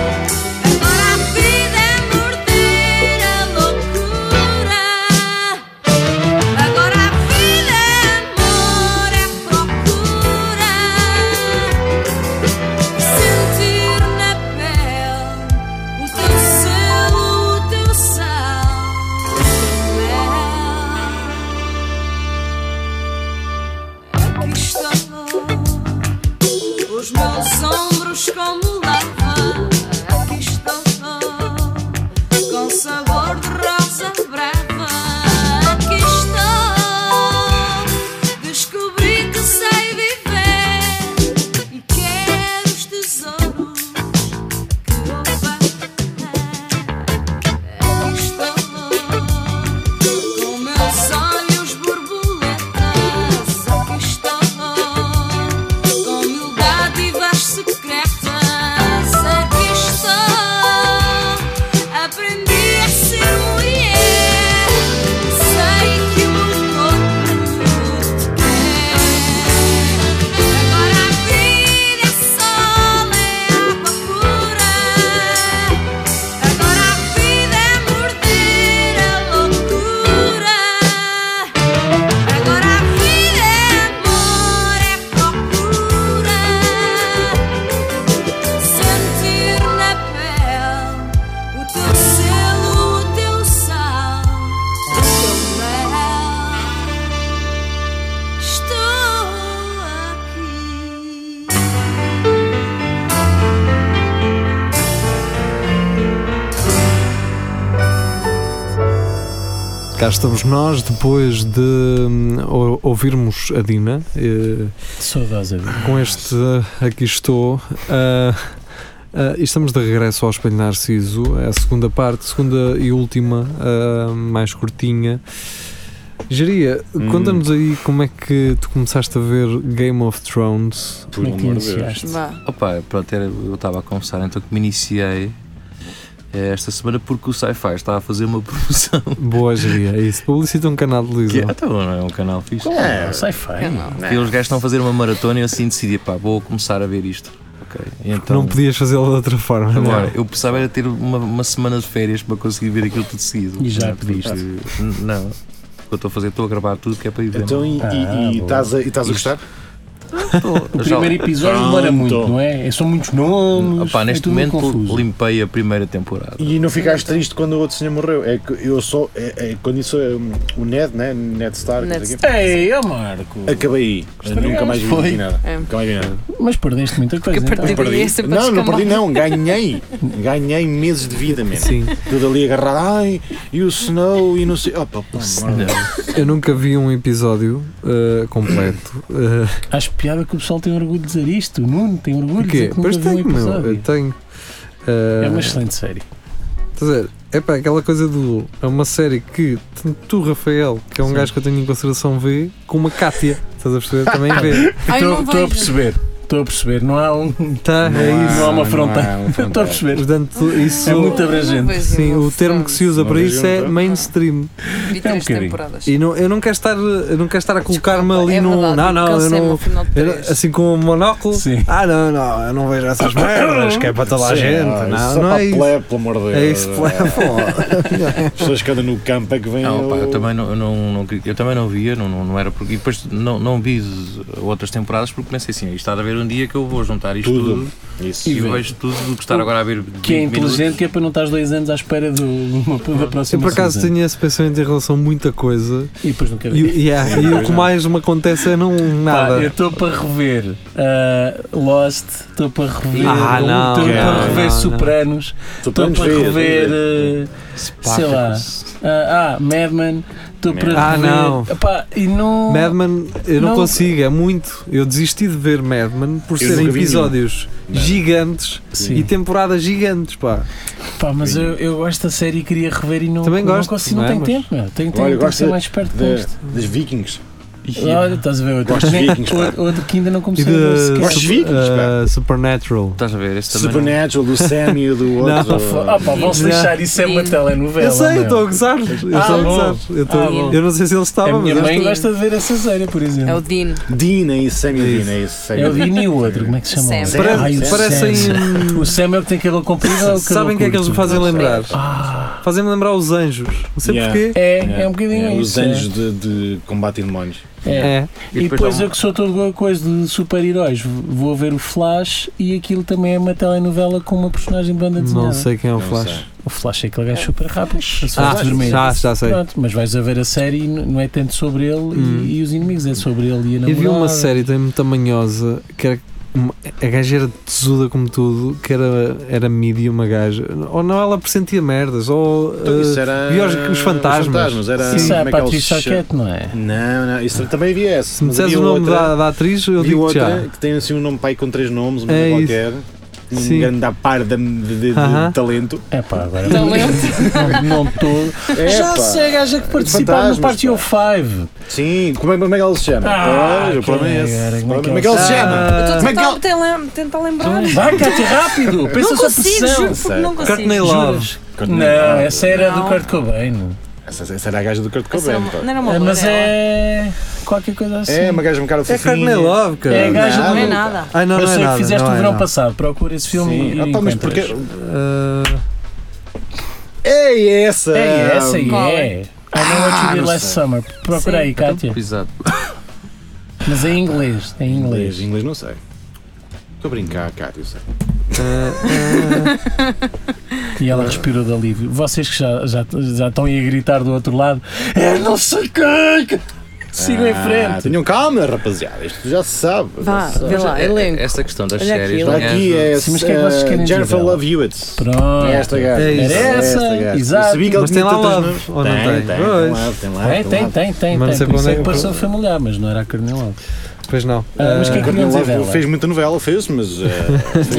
Agora a vida é morder a loucura. Agora a vida é amor, é procura. Sentir na pele o teu selo, o teu sal, o teu mel. Aqui estou. Os meus ombros como lava, é um é é
Cá estamos nós, depois de hum, ou- ouvirmos a Dina, eh,
Saudosa.
com este eh, Aqui Estou, ah, ah, e estamos de regresso ao Espelho Narciso, é a segunda parte, segunda e última, ah, mais curtinha. Geria,
Hum.
conta-nos aí como é que tu começaste a ver Game of Thrones.
Por
Como é que
amor de Deus.
iniciaste?
Vá.
Opa, pronto, era- eu estava a conversar então que me iniciei eh, esta semana porque o Sci-Fi está a fazer uma promoção.
Boa, Geria, é isso. Publicita um canal de
Que,
televisão.
ah, tá bom, não é um canal fixe.
É, sai feio.
E os gajos estão a fazer uma maratona e eu assim decidi, pá, vou começar a ver isto. Ok. E Então,
Não podias fazê-lo de outra forma. não é?
Agora, eu precisava era ter uma, uma semana de férias para conseguir ver aquilo tudo seguido.
E já
Não, é
pediste.
isto- Não. O que eu estou a fazer, estou a gravar tudo que é para ir ver.
Então, e-
Ah,
e- e
boa.
estás a, e estás a
Isto-
gostar?
O primeiro episódio demora
Pronto.
muito, não é? São muitos nomes.
Opa,
é
neste
tudo muito
momento
confuso.
limpei a primeira temporada.
E não ficaste triste quando o outro senhor morreu? É que eu só. É, é, quando isso. um, o Ned, né? Ned Stark.
Ned
não sei o quê.
É,
Ei, ó Marco!
É Acabei aí.
Estragaste.
Nunca mais vi
Foi.
vi nada.
É.
Nunca mais vi nada.
Mas perdeste muita coisa.
Porque
então.
perdi- Perdi. é sempre a
Não, não
descambar.
perdi, não. Ganhei. Ganhei meses de vida, mesmo.
Sim.
Tudo ali agarrado. Ai, e o Snow e não sei. Opa, pô,
Não.
Eu nunca vi um episódio uh, completo. Uh,
Acho piada que o pessoal tem orgulho de dizer isto. O Nuno tem orgulho de
porquê?
dizer que nunca
Pois
viu um
tenho, meu.
episódio.
Eu tenho. Uh,
É uma excelente série.
Quer dizer, é pá, aquela coisa do. É uma série que tanto tu, Rafael, que é um gajo que eu tenho em consideração, vê, como a Cátia. Estás a perceber? Também vê.
Ai,
Estou
não
estou a
vejo.
perceber. Estou a perceber. Não há um.
Tá,
Não
é
há-
isso.
não há uma
não
afronta.
há uma afronta.
Estou a perceber.
Portanto, isso.
É muito
Não
abrangente.
vejo,
Sim,
não
o
vejo.
termo que se usa
Não
para
vejo,
isso é
não.
mainstream.
Vi
É um
três
bocadinho.
temporadas.
E não, eu não quero estar, eu não quero estar a colocar-me
Desculpa,
ali
é
num.
verdade,
Não, não, eu
cansei-me ao
não.
final de
eu não-
três.
assim com um monóculo.
Sim.
Ah, não, não, eu não vejo essas merdas, que é para toda a
Sim,
gente.
ah, isso
Não,
é
não
para
é isso.
plebe, pelo amor de Deus.
É isso,
As pessoas que andam no campo é que vêm.
Não, pá,
ao-
eu também não, eu não, não queria- eu também não via, não, não, não era porque. E depois não, não vi outras temporadas porque pensei assim, isto está a haver um dia que eu vou juntar isto
Tudo.
tudo,
Isso.
e
E vê.
vejo tudo do que estar agora a ver.
Que é
20 minutos.
inteligente, que é para não estás dois anos à espera do, uma- da
Eu
próxima
por acaso
season.
tinha esse pensamento em relação a muita coisa
E depois não quero
e, e é, e o que mais me acontece é não
Pá,
nada.
eu estou para rever ah, Lost, estou para rever.
Ah, não,
Estou
não,
para rever
não, não.
Sopranos,
Tu
estou
podes
para
ver,
rever. ah, sei lá. ah, ah, Madman, estou
Madman.
para
Ah,
rever.
não.
Epá, e não.
Madman, eu não,
Não.
consigo, é muito. Eu desisti de ver Madman por
Eu
serem
nunca vi
episódios
nenhum.
gigantes e
Sim.
temporadas gigantes, pá.
Pá, mas eu, eu gosto da série e queria rever e não.
Também
não
gosto,
consigo, não,
não
tenho
é? Mas-
tempo, meu. Tenho, tenho,
Olha,
tenho
eu
que
gosto
ser mais esperto com
de-
isto.
das Vikings.
Olha, estás a ver outro,
Gosto de Vikings, pá.
outro, outro que ainda não
E
comecei
de
a ver sequer.
Gosto de
Sup-
Vikings, pá.
eh, Supernatural.
Estás a ver? Esse também não-
Supernatural, do Sam e do
Não.
outro.
Ah, pá, vão-se
Não.
deixar, isso é uma
Sim.
telenovela.
eu sei,
meu.
estou a gozar. Eu estou a
bom.
gozar. Eu, tô-
Ah, bom.
eu não sei se ele estava,
A minha
mas.
mãe
eu-
gosta de ver essa série, por exemplo.
É o Dean.
Dina e Sam e o Dina, é isso. Sam e
É o
Dean.
Dini e o outro, como é que se chama?
Sam.
Ai,
Pare-
o
Parece-
Sam.
parecem.
O Sam é o que tem cabelo comprido ou o cabelo
Sabem o que é que eles me
curto?
fazem lembrar?
Ah,
Fazem-me lembrar os anjos. Não sei
Yeah.
porquê.
é, é um bocadinho
É,
isso.
Os anjos de, de combate a demónios.
É.
É.
E depois
há um-
eu que sou todo boa coisa de super-heróis, vou ver o Flash e aquilo também é uma telenovela com uma personagem de banda desenhada.
Não sei quem é o
Não
Flash.
sei.
O Flash é aquele gajo super rápido, as
Ah,
ah, vermelhas.
já, já sei.
Pronto, mas vais a ver a série e n- não é tanto sobre ele e-
Hum.
e, os inimigos, é sobre ele e a namorada.
Eu vi uma série também muito manhosa que era. uma- A gaja era tesuda como tudo, que era, era medium a gaja. Ou não, ela pressentia merdas, ou.
Então,
eh,
isso era.
vi os- os fantasmas.
era.
Isso é a
como que eles
Patrícia
chamam?
Arquette, não é?
Não, não, isso também havia essa.
se me disseres o nome da, da atriz, eu
Eu
digo
outra
já.
que tem assim um nome pai com três nomes, um
É
nome
isso.
qualquer.
Sim.
Um grande à par de, de- de- de
Aham.
talento.
É pá, agora
Não lembro.
não estou.
É,
Já
pá.
sei a gaja que participava no
fantasmas,
Party
pá.
of Five.
Sim, como é, como é que ela se chama?
Ah,
Pois, o problema é
cara,
esse.
como é que
Como é que
ela
ela
se
se
Ah.
chama?
Eu estou a
Como é que
tentar- tentar- tentar
Então,
lembrar.
Vai, Cátia, rápido! Pensa
Não
só
consigo,
pressão.
juro, porque não consigo.
Courtney Love.
Juras? Não, essa é era do
Não.
Kurt Cobain. Ah,
Essa, essa era a gaja do Kurt
Essa era
Cobain.
uma-
pá.
Não é era uma loira,
Mas
ela.
é. qualquer coisa assim.
É uma gaja um cara
É
fofinha.
Courtney Love, cara.
É a gaja
Não é
do-
nada.
Ai, não,
Eu
não é
sei
nada.
que fizeste
não
no
é
verão
nada.
passado, procura esse filme
Sim.
e.
Ah, pá, mas porque...
encontras.
Ah,
É essa! Hum.
É essa e
Qual
é. I know what you did
Ah, não
last
sei. então
summer. Procura
Sim.
aí, Kátia.
Exato.
Mas é em inglês, em
Inglês,
inglês.
inglês não sei. Estou a brincar, Cátia, eu sei.
ah,
E ela respirou de alívio. Vocês que já, já, já estão aí a gritar do outro lado, eu não sei "É, quem! que-" Sigam em
Ah,
frente.
tenham calma, rapaziada. Isto já se sabe.
Vá,
já se sabe.
vê lá, é elenco.
Esta é, questão das
Olha
séries.
aquilo.
não é?
Aqui é
Sim, mas quem é que
eh,
vocês querem dizer
Jennifer
dela?
Love Hewitt.
Pronto.
É esta gaja.
É isso.
Era
Essa,
essa, gaja.
exato.
Eu sabia que ele
Mas tem
tinha
lá
tantas
love,
nomes.
ou não
tem?
tem?
Tem,
Pois.
lá, tem lá.
Tem, tem, tem, tem.
Mas não sei
tem. Por
para
isso
onde
é
é
que
que-
passou familiar, mas não era a Carmen Love.
Pois não.
Ah, mas
Ah,
que é que-
Courtney
Queriam dizer
Love
dela.
fez muita novela, fez, mas. eh, fez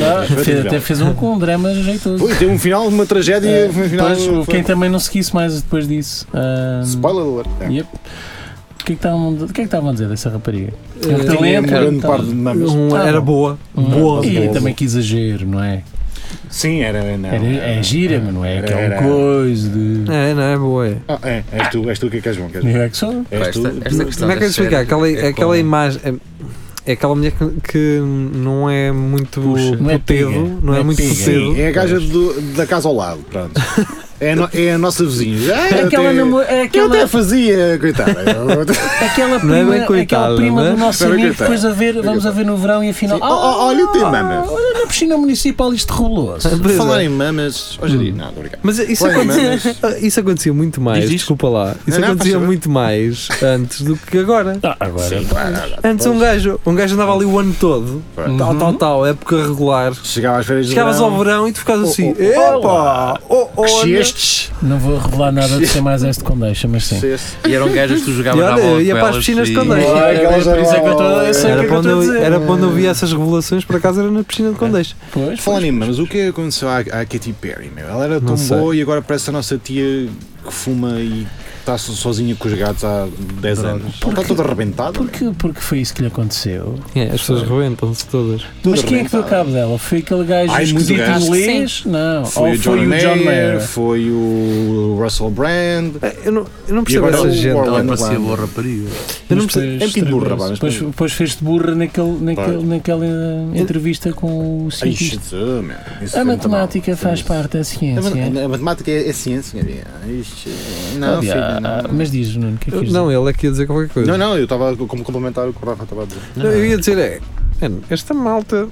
Ah,
muita
fez-
novela.
até fez um com um drama jeitoso.
Pois, teve um final de uma tragédia. um final
Pois,
foi-
quem também não seguisse mais depois disso. ah,
Spoiler alert. É.
Yep. O que é que estavam o que é que estavam a dizer dessa rapariga?
eh,
um talento,
Tinha uma
Era-
grande parte de nomes.
um-
Ah,
era
bom.
boa. Boa.
e
boa.
também que exagero, não é?
Sim, era. Não,
Era, é gira, mas não é aquela
Era-
coisa de.
É, não é boa. É.
Ah, é, és tu, és tu que é que és bom, queres
Eu é que sou.
És tu.
Esta- esta questão
Como é que eu
das
te explicar?
séries
Aquela,
é
aquela
como-
imagem. É, é aquela mulher que, que não é muito
Puxa, não é
potedo,
piga,
não,
não
é,
é
muito
piga.
potedo.
É a gaja do- da casa ao lado, pronto. É, a no- é a nossa vizinha. Ah, eu
Aquela,
até-
namo- é
Eu
aquela,
até fazia, coitada.
aquela
Não é bem
prima,
coitada,
aquela prima
né?
do nosso
Não é bem
amigo,
coitada.
depois a ver, vamos a ver no verão e afinal. Ah,
Sim. Oh, oh, olha o teu mama.
Olha na piscina municipal isto rebolou-se.
Pois é.
Falar em mamas, hoje em dia, não, obrigado.
Mas isso,
Olha,
acontecia, ah, isso acontecia muito mais,
Diz, diz.
desculpa lá. Isso
Não, não, faz
acontecia
favor.
muito mais antes do que agora.
Ah, agora.
Antes um gajo, um gajo andava ali o ano todo,
Uhum.
tal, tal, tal, época regular.
Chegava às férias de
Chegavas ao Uhum. verão e tu ficavas assim, epá, oh, olha.
Cresceste.
Não vou revelar nada de ser mais este com deixa, mas sim.
Cresceste.
E eram gajas que tu
E
jogavas à
olha,
bola.
ia
com
para as
elas
piscinas
e-
também.
Olha, por isso é que eu tô- eu sei o que
Era
é que
para,
eu
onde
tô a
eu,
dizer.
era para onde eu via essas revelações, por acaso era na piscina de Condeixa.
Pois,
Falando em mamas, o que é que aconteceu à, à Katy Perry, meu? Ela era
Não
tão
sei.
boa e agora parece a nossa tia que fuma e está so- sozinha com os gatos há 10 anos. Ela está toda arrebentada. meu.
porque, porque foi isso que lhe aconteceu.
É, as pessoas rebentam-se todas.
Toda
Mas quem é que deu
arrebentada.
cabo dela? Foi aquele gajo
Ai, muito
esquisito
gajo.
inglês? Não.
Foi
Ou
o John Mayer, foi o Russell Brand.
É, Eu não, eu não
E
percebo
agora
essa
o
gente.
Ela
Orlando
parecia
Bloom.
boa rapariga.
Eu não
Mas
percebo.
depois
é um bocado burra,
estragou-se.
vá, mas-
Depois, depois fez-te burra naquele, naquele, naquela eh, entrevista com o
Ai,
cientista.
Jesus, meu, isso foi
A
muito mal.
matemática faz
Isso.
parte da
A,
ciência.
ma- a matemática é, é ciência, minha vida. Ixi, Não,
Olha,
filho, não.
ah, Mas diz, Nuno, o que é que
Eu-
queres
Não, ele é que ia dizer qualquer coisa.
Não, não, eu estava como complementar o que o Rafa estava a dizer.
Não, Eu ia dizer é, mano, esta malta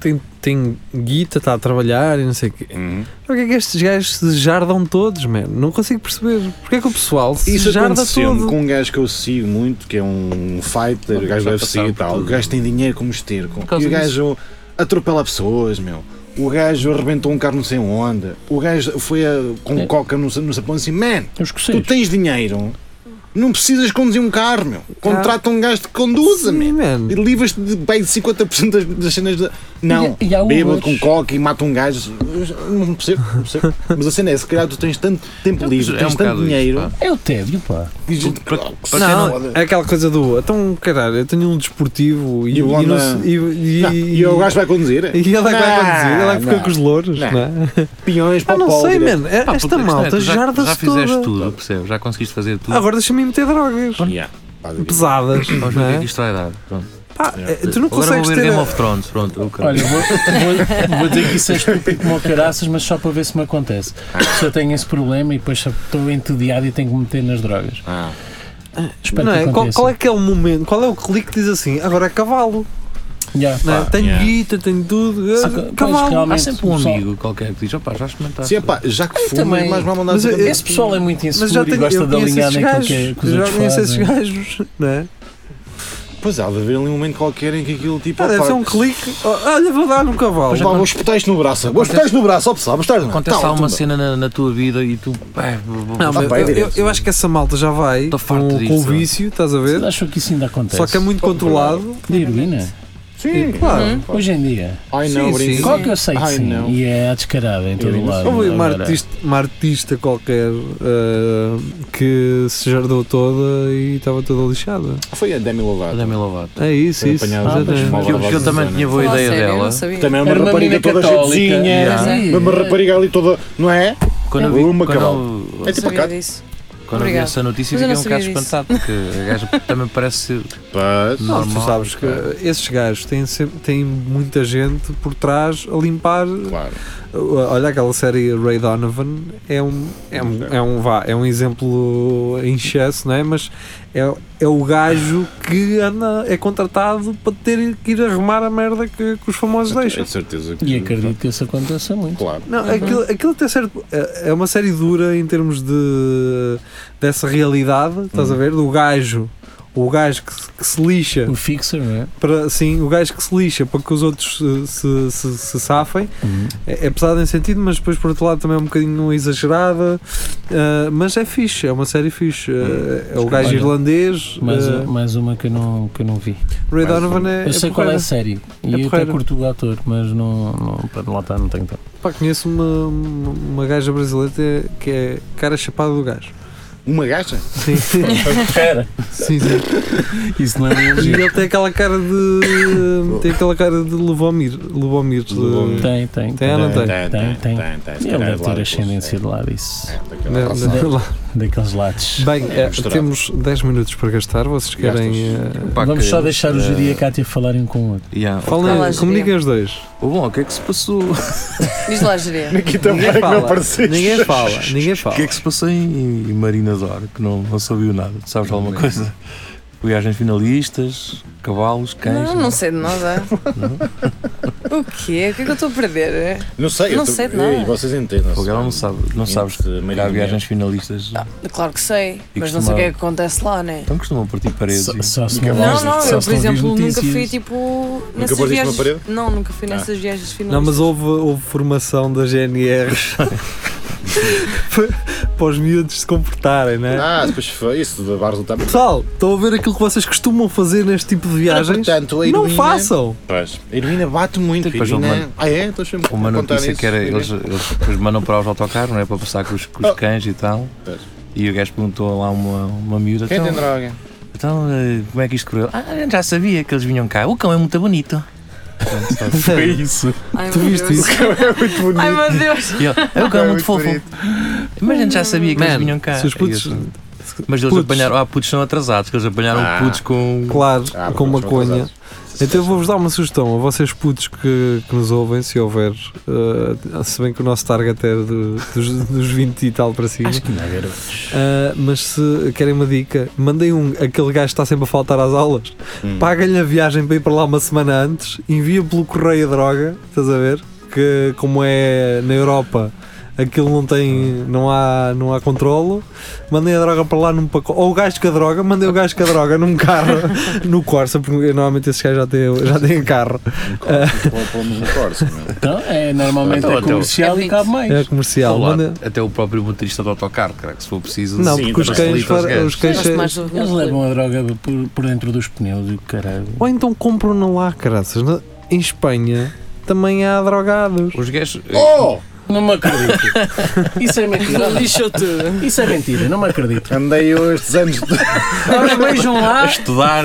tem, tem guita, está a trabalhar e não sei o quê.
Uhum.
Porquê é que estes gajos se jardam todos, mano? Não consigo perceber. Porquê é que o pessoal se
Isso
jarda
aconteceu
todo?
com um gajo que eu sigo muito, que é um fighter, gajo do
Já
UFC e
passaram por
tal. O
tudo.
gajo tem dinheiro como esterco.
causa
E o gajo atropela pessoas, meu. O gajo arrebentou um carro não sei onde. O gajo foi a- com
É.
coca no, sa- no sapão assim, man,
dizer? Os
tu
escoceses.
tens dinheiro, não precisas conduzir um carro, meu.
Tá.
Contrata um gajo que conduza,
Sim,
meu.
mano.
E livras-te de bem de 50% das, das cenas de. Não,
E- e há
bêbado
Ubers.
com coca e mata um gajo. Não percebo, não percebo. Mas a cena é: se calhar tu tens tanto tempo livre,
É um
tens tanto
bocado isso,
dinheiro.
pá.
É o tédio, pá.
que gente-
para
Não,
Foda.
é aquela coisa do. Então, caralho, eu tenho um desportivo e,
E o
e, não
Honda-
se- e, e,
Não, E o gajo vai conduzir?
E ele é que vai
Não,
conduzir, ele é que fica
não.
com os louros,
Não.
não, é?
peões para
Ah,
o
não
polo
sei,
direto.
mano. É-
Pá,
Esta
puta, a questão é,
malta
tu já- Já
jarda-se
fizeste
toda.
tudo, percebes? Já conseguiste fazer tudo.
Ah, Agora deixa-me meter drogas
Yeah. Faz aqui.
pesadas,
Vamos
não
ver o é que é
é?
que isto vai dar. Pronto.
Pá, é, tu não
Agora vou
consegues
ver
ter.
Game of Thrones. Pronto, eu quero.
Olha, vou, vou- vou dizer que isso é estúpido como o caraças, mas só para ver se me acontece.
Ah.
Se eu tenho esse problema e depois só estou entediado e tenho que me meter nas drogas.
Ah.
Espero
Não é?
que
Qual,
aconteça.
qual é que é o momento? Qual é o clique que diz assim? Agora é cavalo.
Yeah.
Não é?
Pá,
Tenho
yeah.
guita, tenho tudo.
Só
eh,
que, pois,
cavalo.
realmente,
Há sempre um
pessoal-
amigo qualquer que diz: opá, já experimentaste.
Sim, epá, já que fumas,
também.
mais mal mandar
Mas eu-
Esse pessoal é muito
Mas
inseguro
já
e
tenho,
gosta
eu
de
conheço
alinhar
esses
naquilo
gajos.
que, é- que os
eu
outros
já conheço esses
fazem.
gajos, não é?
Pois há de haver ali um momento qualquer em que aquilo tipo.
Pá, deve
opa,
ser um clique. Oh, Olha, vou dar no cavalo.
pá, vou espetar isto no braço. Vou espetar isto no braço, ó pessoal. Vou espetar
Acontece
Tal,
lá uma
tumba.
cena na, na tua vida e tu. pá, é, vou- vou-
Não,
Tá
mas
bem,
eu, eu,
direto.
eu acho que essa malta já vai
Tô
com,
farto
com o
disso.
vício, estás a ver?
Acham que isso ainda acontece?
Só que é muito controlado.
De heroína?
Sim,
Claro.
Hoje em dia.
Ai
Sim,
não,
sim.
Qual que eu sei que
Ai,
sim?
não.
E é à descarada em todo o
Heroína.
lado.
Houve aí uma
Agora,
artista, uma artista qualquer ah, que se jardou toda e estava toda lixada.
Foi a Demi Lovato.
Olha a minha lavada.
É isso,
Foi
isso.
apanhada
Ah, mas
exatamente.
mal.
Que eu, que eu também tinha boa ideia
sério, eu
dela.
não sabia.
Também é uma
Era uma
rapariga
menina
toda
católica.
chutezinha.
Yeah.
é.
Sim. Uma rapariga ali toda. Não é?
Quando eu
Uma
vi, quando
cavalo.
eu-
É
Não
tipo
sabia
a
disso.
quando eu vi
Obrigado.
essa notícia,
Mas eu
fiquei
não
um bocado
sabia disso.
espantado, porque a gaja também parece
Mas.
Não, tu
normal.
sabes que esses gajos têm, sempre, têm muita gente por trás a limpar
Claro.
Olha aquela série Ray Donovan é um é um, é um, vá, é um exemplo em excesso, não é? Mas é, é o gajo que anda, é contratado para ter que ir arrumar a merda que, que os famosos
É
deixam.
de certeza que.
E acredito que isso aconteça muito.
Claro.
Não, aquilo, aquilo até certo. É é uma série dura em termos de dessa realidade, estás a
Uhum.
ver? Do gajo. O gajo que, se- que se lixa
O fixer, não é?
para sim, o gajo que se lixa para que os outros se, se, se- se safem. É, é pesado em sentido, mas depois por outro lado também é um bocadinho exagerada. Ah, mas é fixe, é uma série fixe. Ah, é o gajo
Olha,
irlandês.
Mais, um-
ah,
mais uma que eu não, que eu não vi.
Ray
mais
Donovan é.
eh, Eu sei qual é a
porreira.
série.
É
E eu até
porreira.
curto o ator, mas não. não pá, lá está, não tenho tempo.
Pá, conheço uma, uma uma gaja brasileira que é cara chapada do gajo.
Uma gaja?
Sim, sim, sim. sim.
Isso não é um
E
elogio.
ele tem aquela cara de. tem aquela cara de Lubomir. Lubomir. de- né,
Lubomir.
Tem, tem.
Tem ou não tem?
Tem, tem.
tem. Se
Ele
calhar
deve
de lado
ter
e
ascendência de lá disso.
É, daquela
Não,
raça.
não, né, lá.
Daqueles lados.
Bem,
É,
eh,
misturado.
temos 10 minutos para gastar. Vocês querem. eh,
Pá,
Vamos só
queremos,
deixar o
eh,
Júri e a Cátia falarem um com o outro.
yeah,
Falem,
ok.
Fala, Júlia.
comuniquem os dois.
Oh, bom, o que é que se passou?
Diz lá, Jeria.
Ninguém fala. Ninguém fala. Ninguém
O
fala.
que é que se passou em, em Marina Zor? Que não, não sabia nada. Tu sabes alguma coisa? Viagens finalistas, cavalos, cães.
Não, não sei de nada. o quê? O que é que eu estou a perder?
Não sei,
Não
eu tô-
sei de
Ei,
nada.
vocês entendem.
Fogo, ela não sabe, não sabes que
Entre Maria
há
e
viagens finalistas.
Claro que sei,
E
mas não sei o que é
costumava-
que acontece lá, né?
Então costumam partir paredes.
Só,
e-
só se
Nunca
não-
mais
Não,
Mas
não,
só
eu,
se não
por
vires
exemplo, nunca fui
notícias.
tipo.
partiste
Nessas
numa
viagens.
parede? Ah.
Não, nunca fui nessas viagens finais.
Não, mas houve, houve formação da GNR para, para os miúdos se comportarem, não é?
Ah, depois foi isso, vai resultar.
Pessoal, estão a ver aquilo que vocês costumam fazer neste tipo de viagens?
portanto, a
não
heroína-
façam!
Pois. A heroína bate muito. A
Depois
heroína... Ah, é? Estou sempre
Uma
a contar
notícia
isso.
que era.
A heroína.
Eles, eles depois mandam para os autocarros, não é? Para passar com os, com os
Oh.
cães e tal.
Pois.
E o gajo perguntou lá a uma, uma miúda.
Quem tem
então,
droga?
então, eh, como é que isto correu? Ah, eu já sabia que eles vinham cá. O cão é muito bonito.
Foi
isso.
Ai,
Tu
meu
viste
Deus.
isso?
É
Ai meu Deus!
E ele, é o cão é muito fofo. Mas a gente já sabia que eles
Man,
vinham cá.
se os putos-
E eu, mas eles
putos-
apanharam. Ah, putos são atrasados, que eles apanharam
Ah.
putos com.
Claro,
Ah,
com
porque são
maconha.
atrasados.
Então eu vou-vos dar uma sugestão a vocês putos que, que nos ouvem, se houver, eh, se bem que o nosso target é do- dos, dos 20 e tal para cima.
Acho que não, garotos.
Ah, mas se querem uma dica, mandem um, aquele gajo que está sempre a faltar às aulas,
Hum.
paga-lhe a viagem para ir para lá uma semana antes, envia pelo correio a droga, estás a ver? Que como é na Europa, aquilo não tem, não há, não há controlo, mandem a droga para lá num pacote, ou o gajo com a droga, mandem o gajo com a droga num carro, no Corsa, porque normalmente esses gajos já têm, já têm carro,
Pomos no Corsa, não é?
Então, é, normalmente
Então,
é
então.
comercial
É
e cabe
é
mais.
comercial.
Olá,
mandem-
até o próprio motorista do autocarro, cara, que se for preciso.
não,
Sim,
porque os
também
cães,
facilita os
para-
gajos.
os cães
Gosto mais do
Eles levam a droga por, por dentro dos pneus e o caralho.
Ou então compram na lá, caraças. Na- Em Espanha também há drogados.
Os gajos. eh,
Oh!
Não me acredito. Isso é mentira. Lixou tudo. Isso é mentira, não me acredito.
Andei eu estes anos
é
de
Agora vejam
A
lá.
estudar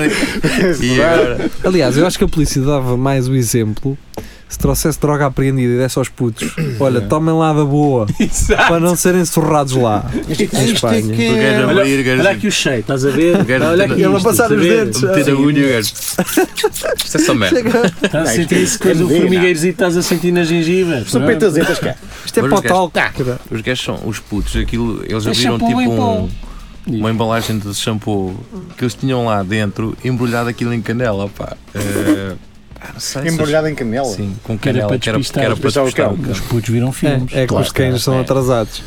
e agora.
Aliás, eu acho que a polícia dava mais o exemplo se trouxesse droga apreendida e desse aos putos. Olha, tomem lá da boa para não serem surrados lá.
é
Em Espanha.
O gajo a
Olha-
abrir, o gajo
Olha
assim,
aqui o cheio, estás a ver?
gajo-
Olha aqui
Ele
a
isto,
passar
estás
os
a ver?
dedos.
meter a unha e o gajo. Isto é só merda.
Estás a
é
sentir isso que o
Entendi,
formigueirozinho que estás a sentir nas gengivas.
São peitazetas cá.
Isto é
Mas
para o
os
talco.
Os gajos são os putos, aquilo, eles
É
abriram
shampoo
tipo
em pó.
um, uma embalagem de shampoo que eles tinham lá dentro, embrulhado aquilo em canela, pá. Eh, ah, não sei, se-
Embrulhada em canela.
Sim, com
Que era
canela,
para
que era, que era para
despistar
o
despistar o
cão.
Os
cão.
putos viram filmes.
É, é que os cães são atrasados.